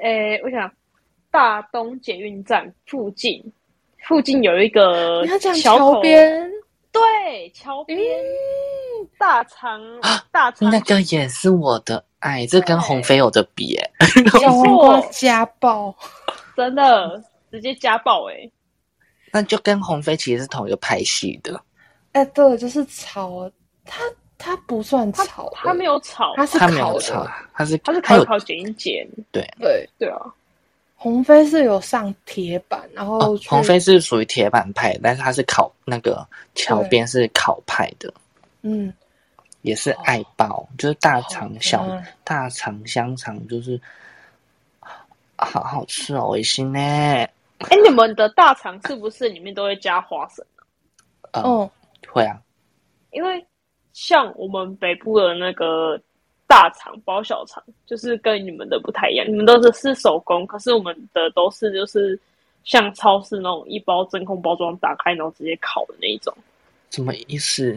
诶、我想大东捷运站附近，附近有一个
你要讲
小口
桥， 边，
对，桥
嗯
边、，大肠大肠
啊
啊
那个也是我的爱，这跟红飞有的比、欸，
小黄瓜家暴，
真的直接家暴哎、
呃那就跟红飞其实是同一个派系的。
哎、对，就是炒，它它不算
他
炒的，
他没有炒，
它是
他没
烤
有
的，
炒，他是
他是
他
烤一
有
烤剪一剪，
对。
对啊，
鸿飞是有上铁板，然后
哦
去、
红飞是属于铁板派，但是他是烤那个桥边是烤派的，
嗯，
也是爱爆，就是大肠小
好啊
大肠香肠，就是啊好好吃哦，维新呢，
哎、你们的大肠是不是里面都会加花生？
呃，
哦，
会啊，
因为像我们北部的那个大肠包小肠，就是跟你们的不太一样，你们都是是手工，可是我们的都是就是像超市那种一包真空包装打开然后直接烤的那一种。
什么意思？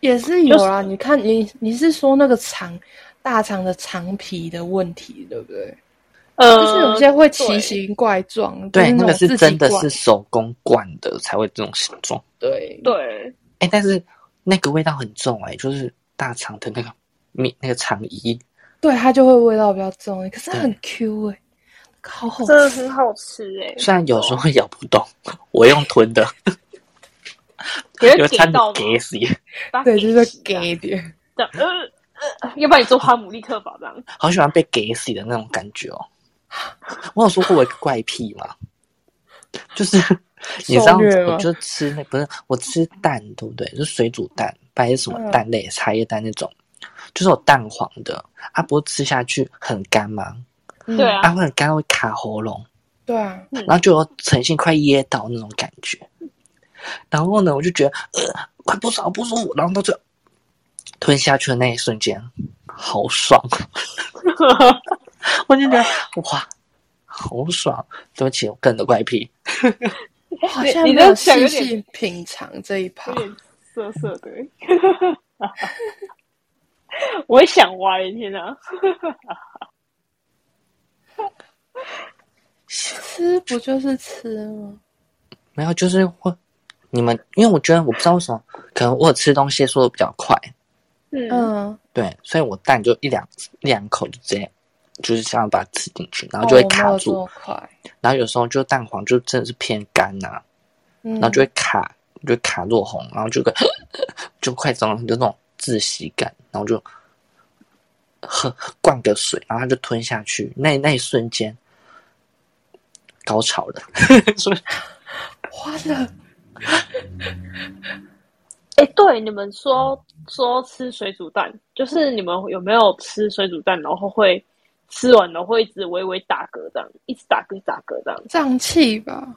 也是有啦。你看，你你是说那个肠大肠的肠皮的问题，对不对？
呃，
就是有些会奇
对
形怪状，就
对，
是
那个
种
是
自己
真的
灌
是手工灌的才会这种形状。
对
对
哎、但是那个味道很重哎、就是大肠的那个米那个肠衣，
对，它就会味道比较重，可是它
对
很 Q 哎、好好
真
吃
的嗯很好吃 哎、
虽然有时候会咬不动，我用吞的，
你会
有
给
餐
到吗
的给死，
把它
对，就是
起来
给一点。
这样呃。呃要不然你做哈姆立克法这样，
好喜欢被给死的那种感觉哦。我有说过我有一个怪癖吗？就是你知道，
受虐吗
我就吃那不是我吃蛋，对不对？就水煮蛋，不然是什么蛋类、茶叶蛋那种，就是有蛋黄的，它、不是吃下去很干吗？
嗯
对啊
它、会很干，会卡喉咙。
对啊，
然后就有呈现快噎到那种感觉。然后呢，我就觉得呃，快不爽，不舒服。然后到最后吞下去的那一瞬间，好 爽！我就觉得哇，好爽！对不起，我个人的怪癖。
我好像
你你
没有
的想有
细
点
细品尝这一趴
有。点涩涩 的。我也想歪，天哪！
吃不就是吃吗？
没有，就是会你们，因为我觉得我不知道为什么，可能我有吃东西速度比较快，
嗯，
嗯，
对，所以我蛋就一两一两口就直接。就是想要把它吃进去，然后就会
哦我没
卡
有这
住，
么快，
然后有时候就蛋黄就真的是偏干啊呐、
嗯，
然后就会卡，就会卡落红，然后就个 就快中了，就那种窒息感，然后就喝灌个水，然后他就吞下去，那那一瞬间高潮了，所以
花了。
哎、对，你们说说吃水煮蛋，就是你们有没有吃水煮蛋，然后会吃完然后会一直微微打嗝这样，一直打嗝打嗝这样，
胀气吧？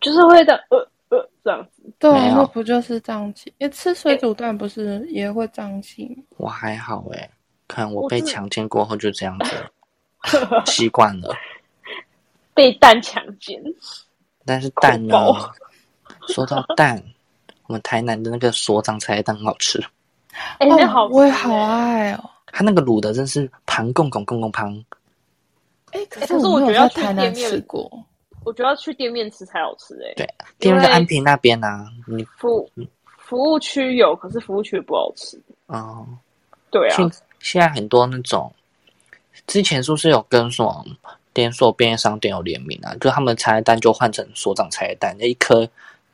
就是会的呃呃这样子。
对
没
啊，
有
那不就是胀气？诶，吃水煮蛋不是也会胀气吗？
我还好诶、可能我
我
被
真的
强奸过后就这样 子了习惯了，
被蛋强奸，
但是蛋呢
恐？
说到蛋，我们台南的那个所长菜蛋很好吃，
哎、那好、
哦，我也好。
啊
爱哦。
它那个卤的真是盘贡贡贡贡盘，
诶，可
诶
是
可是
我
我觉得
没有
要
在
去
台
店
南
面
吃过。
我觉得要去店面吃才好吃哎、
对，
因
店
为
在安平那边啊，你
服服务区有，可是服务区不好吃。
哦。
对啊，
现现在很多那种，之前是不是有跟什么连锁便利商店有联名啊？就他们茶叶蛋就换成所长茶叶蛋，那一颗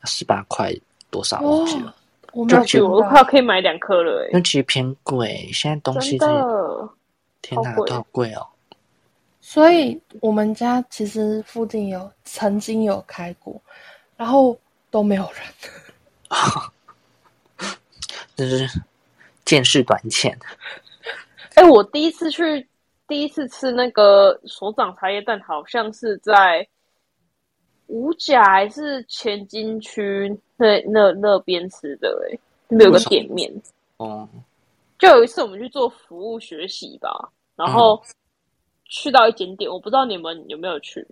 十八块多
啊
少忘记了
哦，我没有
去
吃
对，啊我都快要
过。
可以买两颗了哎、
那其实偏贵。现在东西
真
真的
的。
天哪，
好贵
都好贵哦。
所以我们家其实附近有曾经有开过，然后都没有人。
就是见识短浅，
哎、我第一次去，第一次吃那个所长茶叶蛋，好像是在五甲还是前金区那那那边吃的、欸，哎，那边有个店面。
哦，
就有一次我们去做服务学习吧，然后去到一间店，我不知道你们有没有去，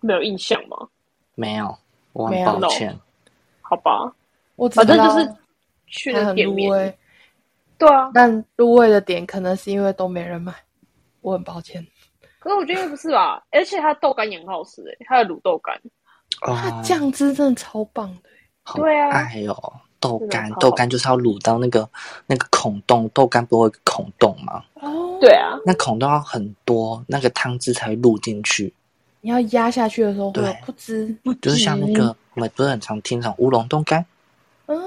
没有印象吗？
没有，我
没
很
有
抱歉。
好吧，
我只
反
知
正
道
就是去
它
的
很欸
店
入
面，
味，
对啊。
但入味的点可能是因为都没人买，我很抱歉。
啊
可是我觉得应该不是吧，而且它豆干也很好吃诶、它的卤豆干，
它
哦，
酱汁真的超棒的，
好
啊对啊
哎呦，豆干
真的超好
豆干就是要卤到那个那个孔洞，豆干不会有个孔洞吗？
哦，
对，啊，
那孔洞要很多，那个汤汁才会入进去。
你要压下去的时候会有
对
噗汁，
就是像那
嗯
个我们不是很常听那种乌龙冻干，
嗯，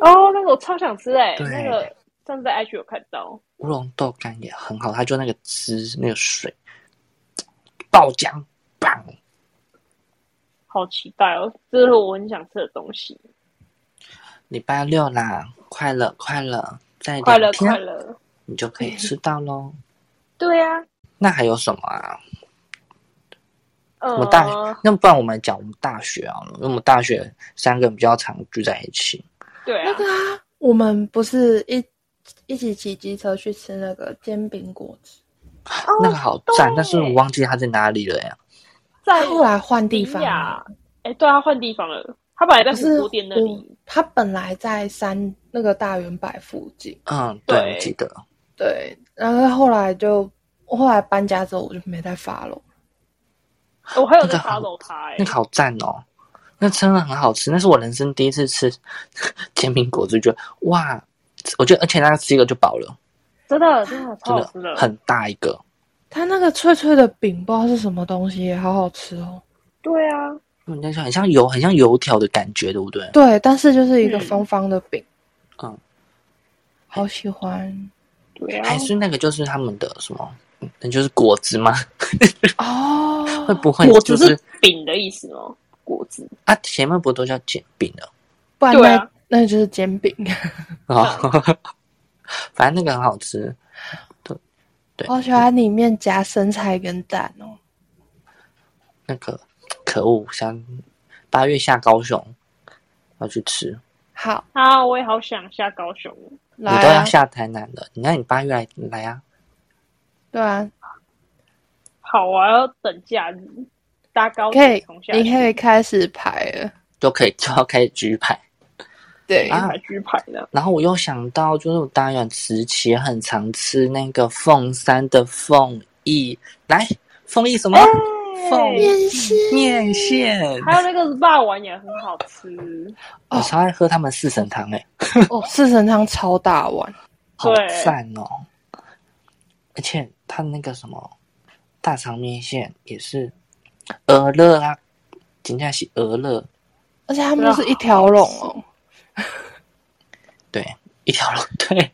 哦，那个我超想吃诶、
对
那个上次在 IG 有看到，
乌龙豆干也很好，它就那个汁那个水爆浆，棒！
好期待哦，这是我很想吃的东西，
礼拜六啦，快乐快乐，再
快乐
两
快
天啊
乐，
你就可以吃到喽。
对啊，
那还有什么啊？我们大
呃，
那不然我们讲我们大学好了，因为我们大学三个人比较常聚在一起。
对
那
啊
个，啊，我们不是一一起骑机车去吃那个煎饼果子，
哦
那个好赞，但是我忘记它在哪里了呀。
在
他后来换地
哎
方了，
呀，哎、对他换地方了，他本来在
可是
火锅店那
我
里，
他本来在三那个大圆柏附近，
嗯，对，
对
我记得。
对，然后后来就我后来搬家之后我就没再发了。
哦我还有
那
在
个好
follow 他、诶
那个好赞哦，那真的很好吃，那是我人生第一次吃 煎饼果子，觉得哇，我觉得而且那吃一个就饱了，
真的哦真的
真
超好吃
的
的，
很大一个。
它那个脆脆的饼不知道是什么东西，好好吃哦。
对啊，
人家说很像油，很像油条的感觉，对不对？
对，但是就是一个
嗯
方方的饼，
嗯，
好喜 欢
对啊
还，是哎那个就是他们的什么，嗯那就是果子吗？
哦。
会不会
果
就
子是饼的意思哦，果子，
啊？前面不都叫煎饼了？
不然
对
那、
啊
那就是煎饼，
哦， 反正那个很好吃。对
好喜欢里面夹生菜跟蛋哦。
那个可恶，想八月下高雄要去吃，
好，
啊，我也好想下高雄哦，
你
来
都要
啊，
下台南了，你看你八月来来啊。
对啊，
好啊，要等假日，搭高
可以
铁从，下
你可以开始排了。
都可以就要开始举牌。
对，
啊
买居牌的，
然后我又想到，就是我当然时期也很常吃那个凤山的凤翼，来凤翼什么、凤
哎
面线
面线，
还有那个霸王也很好吃，
我超爱喝他们四神汤哎、
哦，四神汤超大碗，
好
对
赞哦！而且他那个什么大肠面线也是鹅乐啊，人家是鹅乐，
而且他们都
啊
是一条龙 哦。
对，一条龙对。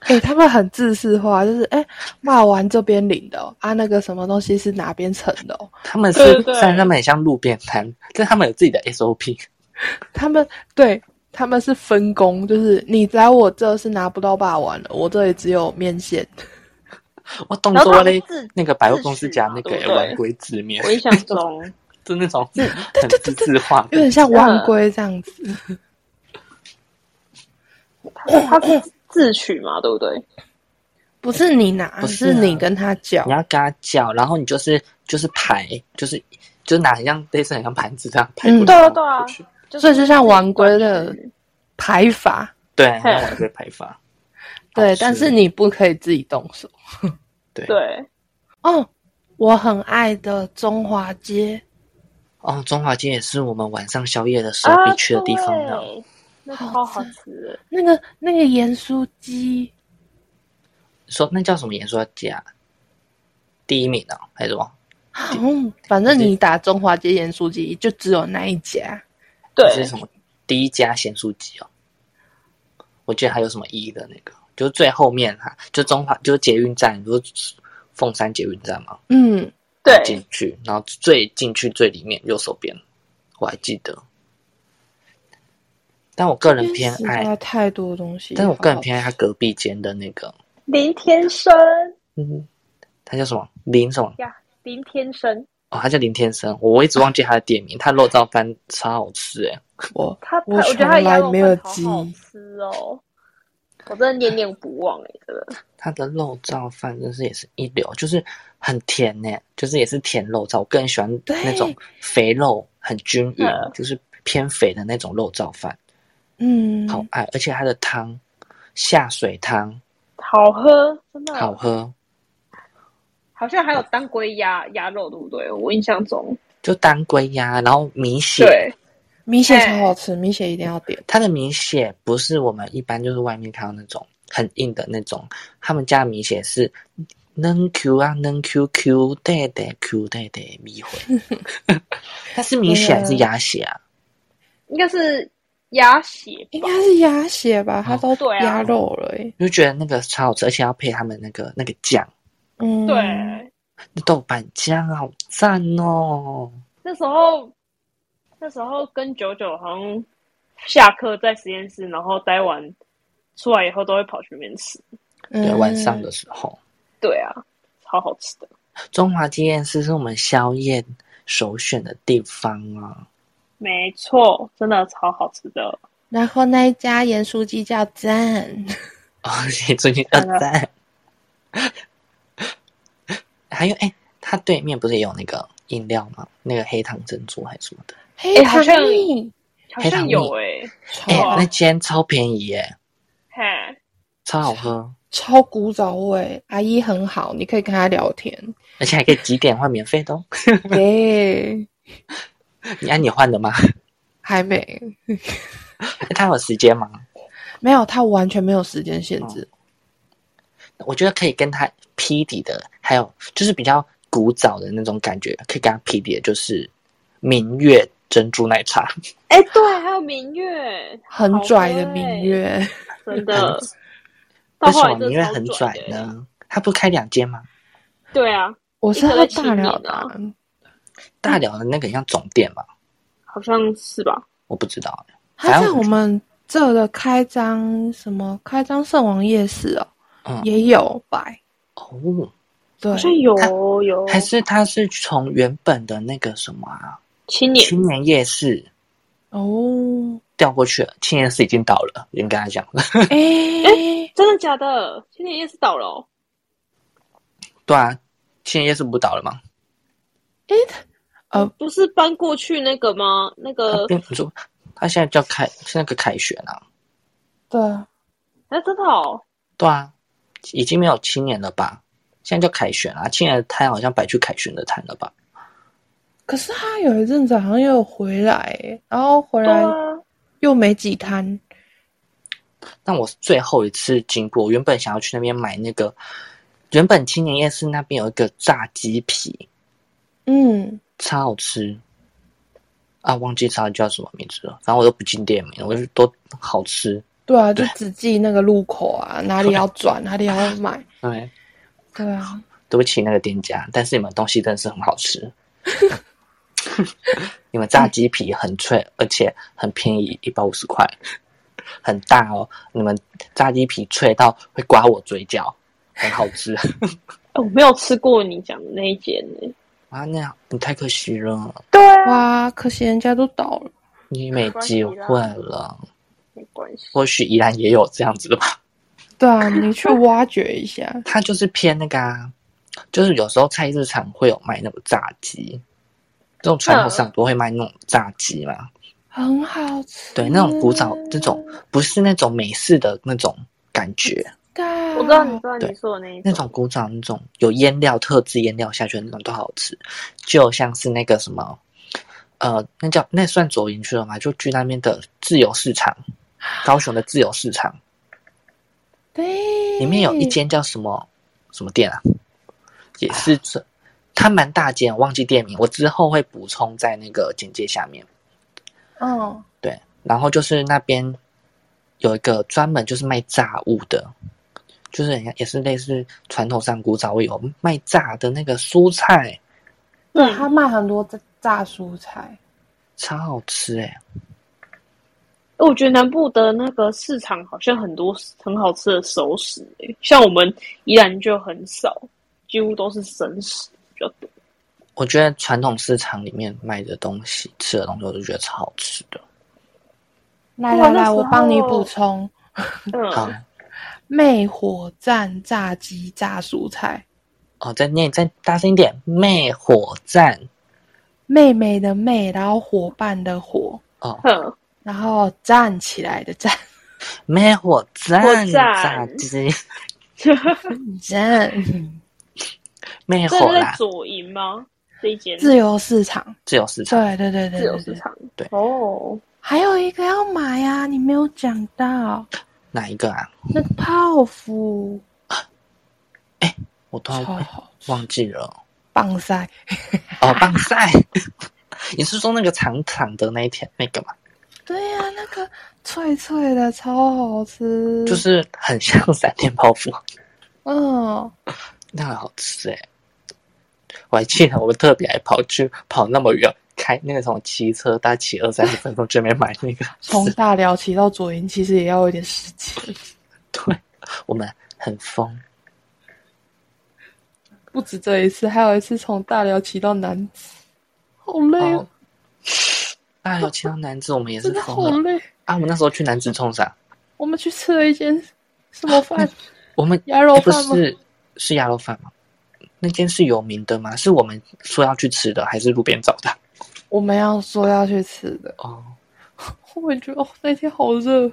哎、他们很自视化，就是哎，骂、完这边领的、哦、啊，那个什么东西是哪边盛的、哦？
他们是
对对
虽然他们很像路边摊，但他们有自己的 SOP。
他们对他们是分工，就是你来我这是拿不到霸王的，我这里只有面线。
我动
然后
作
他
嘞
们，自
那个百货公司
自取
讲
嘛
那个
对
欸
不对
晚归字面
我，印象中，
就那种
对
很
对
自制化的
有点。像万龟这样子。
它是自取嘛，对不对？
不是你拿，
不是啊
是你跟他叫
你。要跟他叫，然后你就是就是排，就是就拿很像类似很像盘子这样排过去，
嗯
对啊
然后
对啊
过去
就
所以
是
就像
自己
王龟
断
的
食
排法，
对，
嘿
然后往这排法。
对
好，吃
但哦是你不可以自己动手。
对
对，
哦，我很爱的中华街，
哦，中华街也是我们晚上宵夜的时候必去的地方呢。
啊对那超好吃的，
那个那个盐酥鸡，
说那叫什么演说家？啊第一名呢、还是什么？
嗯，反正你打中华街盐酥鸡就只有那一家。
还是
对，
什么第一家咸酥鸡哦？我记得还有什么一的那个，就是最后面哈、就中华就是捷运站，不是凤山捷运站嘛，
嗯，
对
进，去，然后最进去最里面右手边，我还记得。但我个人偏
实
爱，
在太多东西。
但是我个人偏爱他隔壁间的那个，
林天生
嗯，他叫什么林什么？
呀，林天生，
哦，他叫林天生，我一直忘记他的店名。他肉燥饭超好吃诶、欸
我
他
我
我觉
从
得他的
来
鸭肉
没有
饭
记
好好
忆。
吃哦，我真的念念不忘哎、真的。
它的肉燥饭真是也是一流，就是很甜呢、就是也是甜肉燥。我个人喜欢
对
那种肥肉很均匀
嗯，
就是偏肥的那种肉燥饭，
嗯，
好爱。而且它的汤下水汤
好喝，真的
好喝，
好像还有当归鸭鸭肉，对不对？我印象中，
就当归鸭，然后米血。
对，
米血
哎
超好吃，米血一定要点。
它的米血不是我们一般就是外面看到那种很硬的那种，他们家的米血是嫩 Q 啊嫩 Q Q 对对 Q 对对米血。 它是米血还是鸭血啊？
应该是鸭血
应
吧
该？是鸭血
哦
吧，它都
对啊
鸭肉了、欸。
就觉得那个超好吃，而且要配他们那个那个酱，
嗯，
对，
豆瓣酱好赞哦！
那时候那时候跟九九好像下课在实验室，然后待完出来以后都会跑去那边吃。
嗯
对，晚上的时候，
对啊，超好吃的，
中华纪念室是我们宵夜首选的地方啊。
没错，真的超好吃的。
然后那一家盐酥鸡叫 赞，
哦，你最近二赞，还有哎，它对面不是也有那个饮料吗？那个黑糖珍珠还是什么的？
黑
哎好
糖
像
蜜
黑
好
糖
像
蜜
有诶、
超
哎、
哦
那间超便宜耶、
嘿，
超好喝，
超古早味，阿姨很好，你可以跟她 聊天。
而且还可以几点换免费的哦。
耶、
你啊按你换的吗？
还没
哎它有时间吗？
没有，它完全没有时间限制。
哦
我觉得可以跟他匹敌的，还有就是比较古早的那种感觉，可以跟他匹敌的，就是明月珍珠奶茶，
哎、对，还有明月，
很
好
拽
喝
的
欸
明，月，
真的。
嗯
到
为什
后来
么
真的
明月
超
很
拽
拽
的欸
呢？他不是开两间吗？
对啊，
我是喝大
一个在
了的
前，嗯
大寮的那个很像总店嘛，
好像是吧？
我不知道。欸
它在我们这的开张什么开张圣王夜市哦，
嗯，
也有摆。
哦，
对
好，像有
它
有
还是他是从原本的那个什么啊，
青年
青年夜市
哦，
调过去了，青年夜市已经倒了，已经跟他讲了。
哎、
真的假的？青年夜市倒了、哦，
对啊，青年夜市不倒了吗？
呃
不是搬过去那个吗？那个
他，变你说他现在叫凯是那个凯旋啊，
对，
哎、真的哦，
对啊，已经没有青年了吧？现在叫凯旋啊，青年的摊好像摆去凯旋的摊了吧？
可是他有一阵子好像又回来，然后回
对
来
啊，
又没几摊。
但我最后一次经过，我原本想要去那边买那个，原本青年夜市那边有一个炸鸡皮，
嗯，
超好吃啊！忘记它叫什么名字了，反正我都不进店名，我就都好吃。
对啊，就
对
只记那个路口啊，哪里要转，哪里要 买。
对，
对啊，
对不起那个店家，但是你们东西真的是很好吃。你们炸鸡皮很脆，而且很便宜，一百五十块，很大哦。你们炸鸡皮脆到会刮我嘴角，很好吃
哎我没有吃过你讲的那一间呢。
啊！那样你太可惜了，
对啊，
哇，可惜人家都倒了。
你没机会了。
没关系。
或许宜兰也有这样子的吧，
对 啊，你去挖掘一下。
它就是偏那个、啊，就是有时候菜市场会有卖那种炸鸡，这种传统市场都会卖那种炸鸡嘛。
很好吃。
对，那种古早这种，不是那种美式的那种感觉，
干，
我知道，你知道
对
你说的那一
那种古早那种有腌料、特制腌料下去的那种都好吃，就像是那个什么，呃，那叫那算左营区了吗？就去那边的自由市场，高雄的自由市场
对，
里面有一
嗯
间叫什么什么店啊，也是这，它蛮大间，我忘记店名，我之后会补充在那个简介下面。
嗯，
对，然后就是那边有一个专门就是卖炸物的，就是人家也是类似传统上古早味有卖炸的那个蔬菜，
对，
嗯
他卖很多炸炸蔬菜，
超好吃哎、
我觉得南部的那个市场好像很多很好吃的熟食、欸，像我们宜兰就很少，几乎都是生食比较多。
我觉得传统市场里面卖的东西、吃的东西，我都觉得超好吃的。
来
哇那
来
时
来，
候
我帮你补充。
好
嗯，，
魅火站炸鸡炸蔬菜，
哦，再念再大声一点，魅火站
妹妹的妹，然后伙伴的伙，
哦，
哼，
然后站起来的站
魅火站
火站
炸鸡，
站，
魅火
这是在
啦，
左营吗？这一间
自由市场，
自由市场，
对对对对
自由
对
市
对，
场。
对
哦，
还有一个要买啊，你没有讲到
哪一个啊？
那个泡芙，
我突
超
然哎
好吃，
忘记了，
棒塞，
哦， 棒赛， 你是说那个长长的那一天那个吗？
对呀、那个脆脆的超好吃，
就是很像 闪电泡芙，
嗯，
那很好吃哎、我还记得我特别还跑去跑那么远，开那个什么骑车，大概骑二三十分钟，专门买那个。
从大寮骑到左营其实也要有点时间，
对，我们很疯。
不止这一次，还有一次从大寮骑到南子，好累哦，
哦，大有骑到南子，我们也是
真的
疯
好
了
累。
啊！我们那时候去南子冲啥？
我们去吃了一间什么 饭？
我们
鸭肉
哎不
饭吗？
是是鸭肉饭吗？那间是有名的吗？是我们说要去吃的，还是路边找的？
我们要说要去吃的，
哦，
我也觉得哦，那天好热，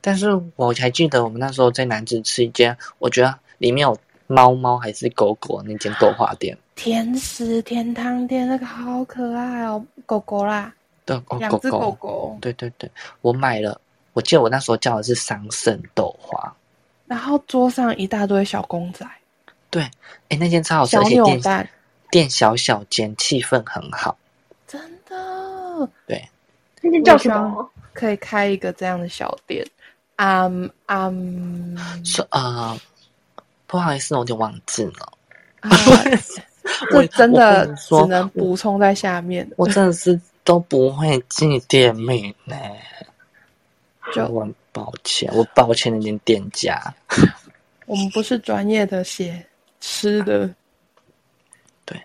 但是我还记得我们那时候在南子吃一间，我觉得里面有猫猫还是狗狗那间豆花店。
甜食甜汤店那个好可爱哦，狗狗啦，
对，哦，
两
狗
只狗
狗，
狗，
对对对，我买了。我记得我那时候叫的是桑葚豆花，
然后桌上一大堆小公仔、
哎，那间超好吃，
小
而且
扭
店
蛋，
店小小间，气氛很好。
真的
那间叫什么？
可以开一个这样的小店。啊嗯
是呃，不好意思，我有点忘记了。
啊，
我
这真
我
的
跟你说
只能补充在下面，
我真的是都不会记店名 呢、
就
我很抱歉，我抱歉那间店家。
我们不是专业的写吃的，
对，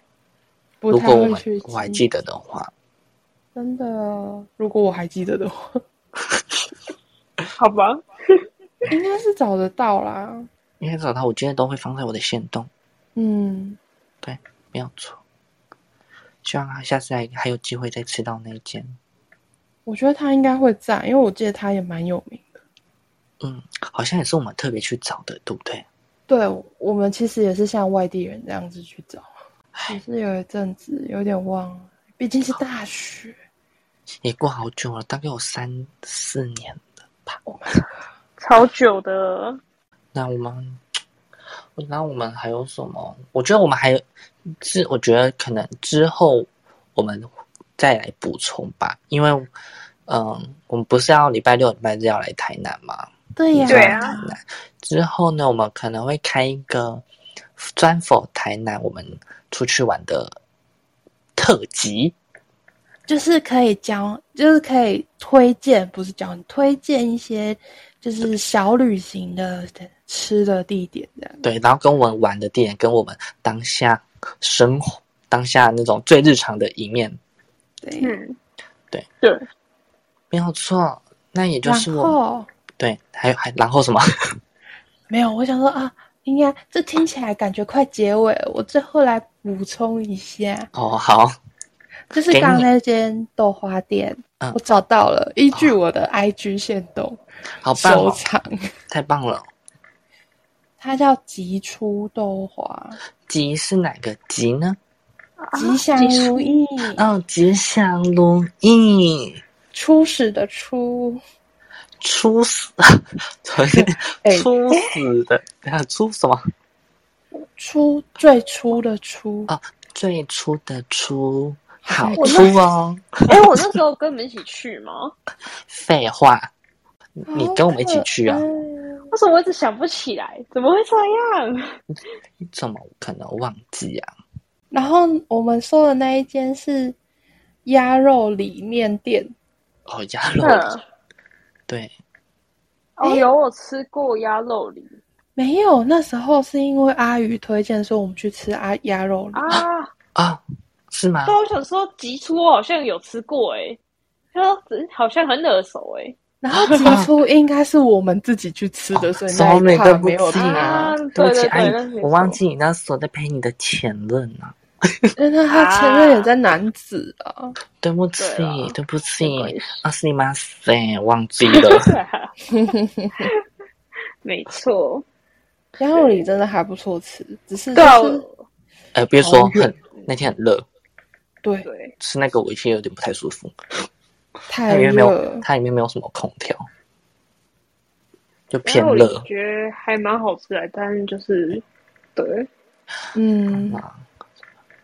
不
如
太
果我
会
们
去
我还
记
记得的话，
真的，如果我还记得的话，
好吧，
应该是找得到啦。
应该找到，我今天都会放在我的线动，
嗯，
没有错。希望他下次还还有机会再吃到那一间。
我觉得他应该会在，因为我记得他也蛮有名的。
嗯，好像也是我们特别去找的，对不对？
对，我们其实也是像外地人这样子去找，只是有一阵子有点忘了，毕竟是大学。
也过好久了，大概有三四年了吧。
超久的。
那我们，那我们还有什么？我觉得我们还是，我觉得可能之后我们再来补充吧，因为，嗯，我们不是要礼拜六、礼拜日要来台南吗？
对呀、
对啊
台南之后呢，我们可能会开一个专否台南我们出去玩的特辑。
就是可以教，就是可以推荐，不是教你推荐一些就是小旅行的吃的地点这样。
对，然后跟我们玩的地点，跟我们当下生活、当下那种最日常的一面，
对，
嗯，
对
对，
没有错。那也就是
然
我们
后
对，还有还然后什么？
没有，我想说啊，应该这听起来感觉快结尾了，我最后来补充一下，
哦，好，
就是刚刚那间豆花店，
嗯哦
我找到了，依据我的 IG 线动、
好棒、
收
哦，
藏，
太棒了！
它叫吉出豆花，
吉是哪个吉呢？
啊
吉祥 如意，
哦，吉祥如意，
初始的初，
出 死，哎出死的，等下出什么？
初最初的初。
哦，最初的初，好
我
粗哦。
哎、我那时候跟你们一起去吗？
废话，你跟我们一起去啊
好可？
为什么我一直想不起来？怎么会这样？
你怎么可能忘记啊？
然后我们说的那一间是鸭肉里面店，
哦，鸭肉，
嗯，
对，
哦，有我吃过鸭肉梨
没有，那时候是因为阿宇推荐说我们去吃阿鸭肉里，
啊，
啊，是吗
嗯但？我想说，吉出我好像有吃过哎、欸，就好像很耳熟哎、
然后起初应该是我们自己去吃的，所以那
小
一
美，
块
对不
没有
起啊
啊，
对不
对
起，
对
阿姨
对那没，错
我忘记你那时候在陪你的前任啊，
因为他前任也在男子啊，
对不起
对啊，
对不起
没关系，。
啊，是你妈塞，忘记了
没错，
鸭肉里真的还不错吃，只是
对啊，
就是
我
哎，别说
好远
很，那天很热，
对
对，啊
吃那个我其实有点不太舒服，它
太
里面没
热
有，
了，
它里面没有什么空调，就偏
然后我
热。
觉得还蛮好吃的，但是就是对，
嗯，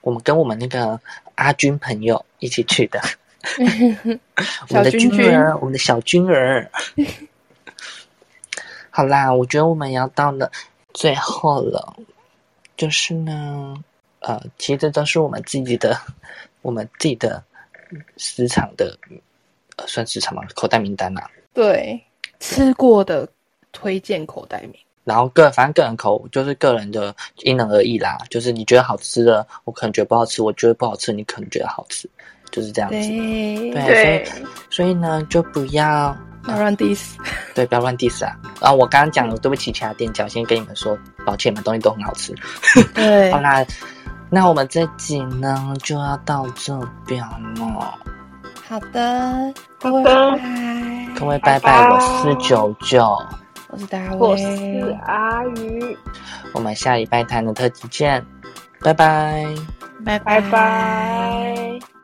我们跟我们那个阿军朋友一起去的，我
小
们的
君君
儿，我们的小军儿。好啦，我觉得我们要到了最后了，就是呢，呃，其实这都是我们自己的，我们自己的市场的，呃、算市场嘛，口袋名单啦、
对，吃过的推荐口袋名，
然后个反正个人口就是个人的因人而异啦，就是你觉得好吃的，我可能觉得不好吃；我觉得不好吃，你可能觉得好吃，就是这样子。
对，
对
对
哎所以呢，就不要
要乱 diss，
对，不要乱 diss 啊。然后我刚刚讲了，对不起，其他店家，我先跟你们说，抱歉，你们东西都很好吃。
对
好，啦，那我们这集呢就要到这边了，
好的，各
好
位
的
拜拜，
各位拜拜，
拜拜
我是九九，
我是大卫，
我是
哎
阿鱼，
我们下礼拜谈的特辑见，拜拜。
拜
拜拜。